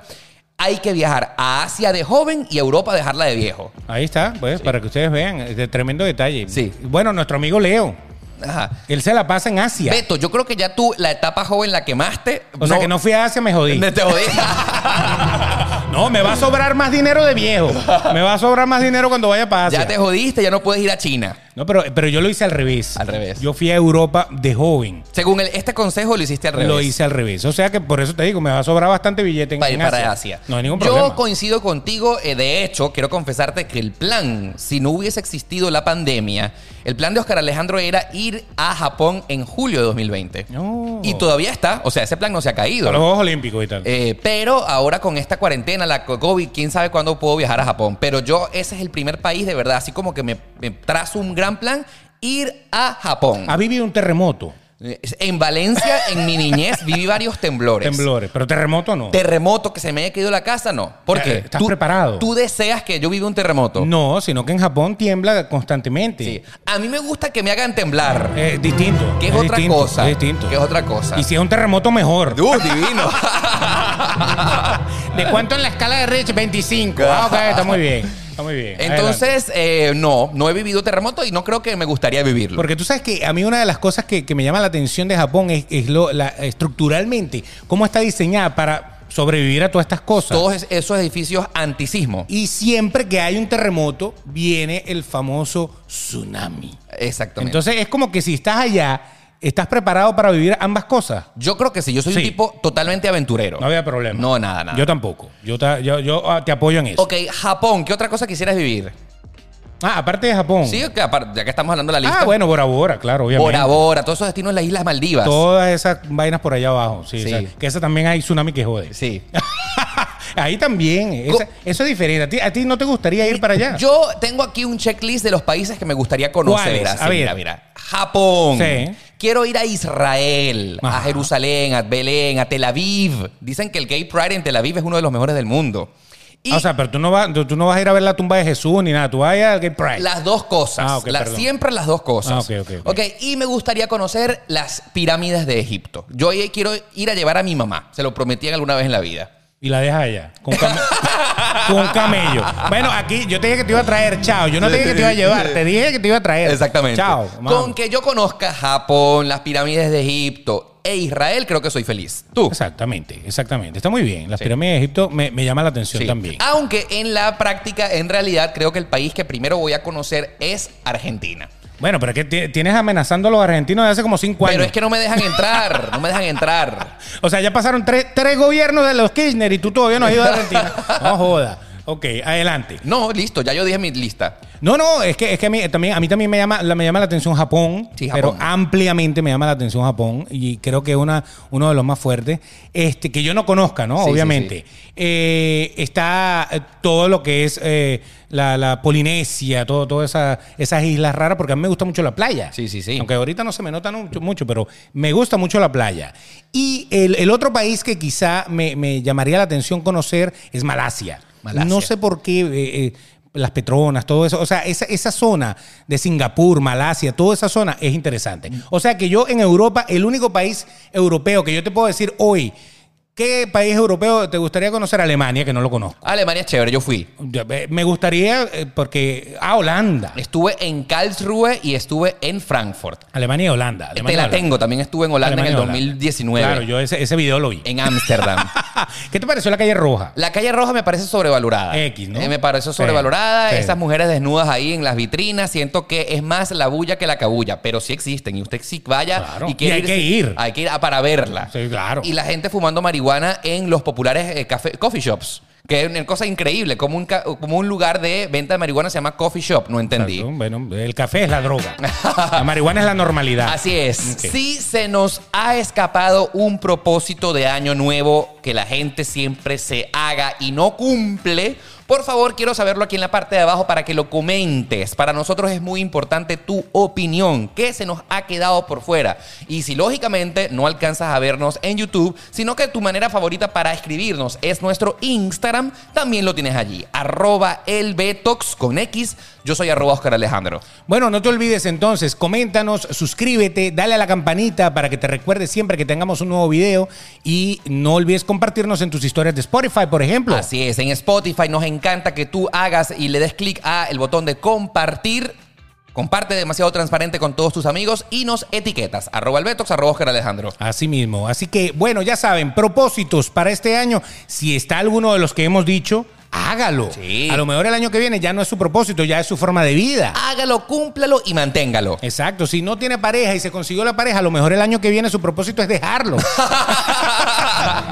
hay que viajar a Asia de joven y a Europa dejarla de viejo. Ahí está, pues, para que ustedes vean. Es de tremendo detalle. Sí. Bueno, nuestro amigo Leo, Ajá. él se la pasa en Asia. Beto, yo creo que ya tú la etapa joven la quemaste. o sea que no fui a Asia, me jodí. Te jodí. No, me va a sobrar más dinero de viejo. Me va a sobrar más dinero cuando vaya para Asia. Ya te jodiste, ya no puedes ir a China. No, pero, pero yo lo hice al revés. Al revés. Yo fui a Europa de joven. Según el- este consejo lo hiciste al revés. Lo hice al revés. O sea que por eso te digo, me va a sobrar bastante billete en, para, en para Asia. No hay ningún Yo problema. coincido contigo. eh, de hecho, quiero confesarte que el plan, si no hubiese existido la pandemia, el plan de Oscar Alejandro era ir a Japón en julio de 2020. No. Y todavía está. O sea, ese plan no se ha A los caído. Juegos Olímpicos y tal. Eh, pero ahora con esta cuarentena, la co- COVID, quién sabe cuándo puedo viajar a Japón. Pero yo, ese es el primer país de verdad, así como que me, me trazo un gran plan, ir a Japón. ha vivido un terremoto. Eh, En Valencia, en mi niñez, viví varios temblores. Temblores. Pero terremoto no. Terremoto que se me haya caído la casa, no. ¿Por Eh, qué? ¿estás preparado? ¿Tú deseas que yo viva un terremoto? no, sino que en Japón tiembla constantemente. Sí. A mí me gusta que me hagan temblar, Es distinto. que es, otra distinto, cosa. Es distinto. Que es otra cosa. Y si es un terremoto, mejor. Uh, divino. ¿De cuánto en la escala de Rich? 25. Ah, ok, está muy bien. Está muy bien. Adelante. Entonces, eh, no, no he vivido terremoto y no creo que me gustaría vivirlo. Porque tú sabes que a mí una de las cosas que, que me llama la atención de Japón es, es lo, la, estructuralmente, cómo está diseñada para sobrevivir a todas estas cosas. Todos es- esos edificios antisismo. Y siempre que hay un terremoto, viene el famoso tsunami. Exactamente. Entonces es como que si estás allá, estás preparado para vivir ambas cosas. yo creo que sí, yo soy un Sí. tipo totalmente aventurero. No había problema. No, nada, nada. Yo tampoco. Yo, ta- yo, yo, ah, te apoyo en eso. ok, Japón, ¿qué otra cosa quisieras vivir? Ah, aparte de Japón. Sí, que apar- ya que estamos hablando de la lista. ah, bueno, Bora Bora, claro, obviamente. Bora Bora, todos esos destinos en las Islas Maldivas. Todas esas vainas por allá abajo. Sí, Sí. o sea, que esa también hay tsunami que jode. Sí. Ahí también. eh, esa- Co- eso es diferente. ¿A ti, a ti no te gustaría ir para allá? Yo tengo aquí un checklist de los países que me gustaría conocer. ¿Cuáles? Así, A ver. Mira, mira. Japón. Sí. Quiero ir a Israel, a Ajá. Jerusalén, a Belén, a Tel Aviv. Dicen que el Gay Pride en Tel Aviv es uno de los mejores del mundo. Y Ah, o sea, pero tú no, vas, tú, tú no vas a ir a ver la tumba de Jesús ni nada. Tú vas a ir al Gay Pride. las dos cosas. Ah, ok, La- perdón. siempre las dos cosas. Ah, ok, ok, ok. y me gustaría conocer las pirámides de Egipto. Yo ahí quiero ir a llevar a mi mamá. Se lo prometían alguna vez en la vida. Y la dejas allá. Con, cam- con un camello. Bueno, aquí yo te dije que te iba a traer. Chao. Yo no te dije que te iba a llevar. Te dije que te iba a traer. Exactamente. Chao. Con vamos. que yo conozca Japón, las pirámides de Egipto e Israel, creo que soy feliz. Tú. Exactamente, exactamente. Está muy bien. Las pirámides de Egipto me, me llama la atención Sí. Ah. también. Aunque en la práctica, en realidad, creo que el país que primero voy a conocer es Argentina. Bueno, pero es que ti- tienes amenazando a los argentinos de hace como cinco años. Pero es que no me dejan entrar, no me dejan entrar. O sea, ya pasaron tres, tres gobiernos de los Kirchner y tú todavía no has ido a Argentina. No joda. Ok, adelante. No, listo, ya yo dije mi lista. No, no, es que, es que a, mí, también, a mí también me llama, la- me llama la atención Japón, Sí, Japón. pero ampliamente me llama la atención Japón y creo que es una, uno de los más fuertes, este, que yo no conozca, ¿no? Sí, sí, Obviamente. Eh, está eh, todo lo que es eh, la, la Polinesia, todas todo esa- esas islas raras, porque a mí me gusta mucho la playa. Sí, sí, sí. Aunque ahorita no se me nota mucho, mucho, pero me gusta mucho la playa. Y el, el otro país que quizá me, me llamaría la atención conocer es Malasia. Malasia. No sé por qué eh, eh, las Petronas, todo eso. O sea, esa, esa zona de Singapur, Malasia, toda esa zona es interesante. Mm. O sea que yo en Europa, el único país europeo que yo te puedo decir hoy, ¿qué país europeo te gustaría conocer? Alemania, que no lo conozco. Alemania es chévere, yo fui. Yo, eh, Me gustaría, eh, porque. Ah, Holanda. Estuve en Karlsruhe y y estuve en Frankfurt. Alemania y Holanda. Te Alemania y la Holanda. tengo, también estuve en Holanda Alemania y en el Holanda. 2019, Claro, yo ese, ese video lo vi. en Ámsterdam. ¿Qué te pareció la calle roja? La calle roja me parece sobrevalorada. X, ¿no? Eh, me pareció Sí, sobrevalorada. sí. Esas mujeres desnudas ahí en las vitrinas, siento que es más la bulla que la cabulla, pero sí existen. Y usted sí vaya Claro. y quiere Y hay que ir. Hay que ir a- para verla. Sí, claro. Y la gente fumando marihuana en los populares eh, café- coffee shops. Que es una cosa increíble, como un, ca- como un lugar de venta de marihuana se llama coffee shop, no entendí. Exacto. Bueno, el café es la droga. La marihuana es la normalidad. Así es. Ok. Si se nos ha escapado un propósito de año nuevo que la gente siempre se haga y no cumple, por favor quiero saberlo aquí en la parte de abajo para que lo comentes. Para nosotros es muy importante tu opinión. ¿Qué se nos ha quedado por fuera? Y si lógicamente no alcanzas a vernos en YouTube, sino que tu manera favorita para escribirnos es nuestro Instagram, también lo tienes allí. Arroba el Betox con X. Yo soy arroba Oscar Alejandro. Bueno, no te olvides entonces, coméntanos, suscríbete, dale a la campanita para que te recuerde siempre que tengamos un nuevo video y no olvides compartirnos en tus historias de Spotify, por ejemplo. Así es, en Spotify nos encanta que tú hagas y le des clic a el botón de compartir. Comparte demasiado transparente con todos tus amigos y nos etiquetas. Arroba el Betox, arroba Oscar Alejandro. Así mismo. Así que, bueno, ya saben, propósitos para este año. Si está alguno de los que hemos dicho, hágalo. Sí. A lo mejor el año que viene ya no es su propósito, ya es su forma de vida. Hágalo, cúmplalo y manténgalo. Exacto, si no tiene pareja y se consiguió la pareja, a lo mejor el año que viene su propósito es dejarlo.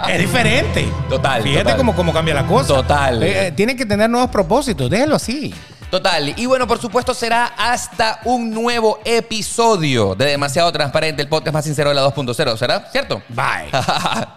es diferente. Total, Fíjate total. Cómo, cómo cambia la cosa. Total. Eh, eh, tienen que tener nuevos propósitos, déjelo así. Total. Y bueno, por supuesto, será hasta un nuevo episodio de Demasiado Transparente, el podcast más sincero de la 2.0. ¿Será? ¿Cierto? Bye.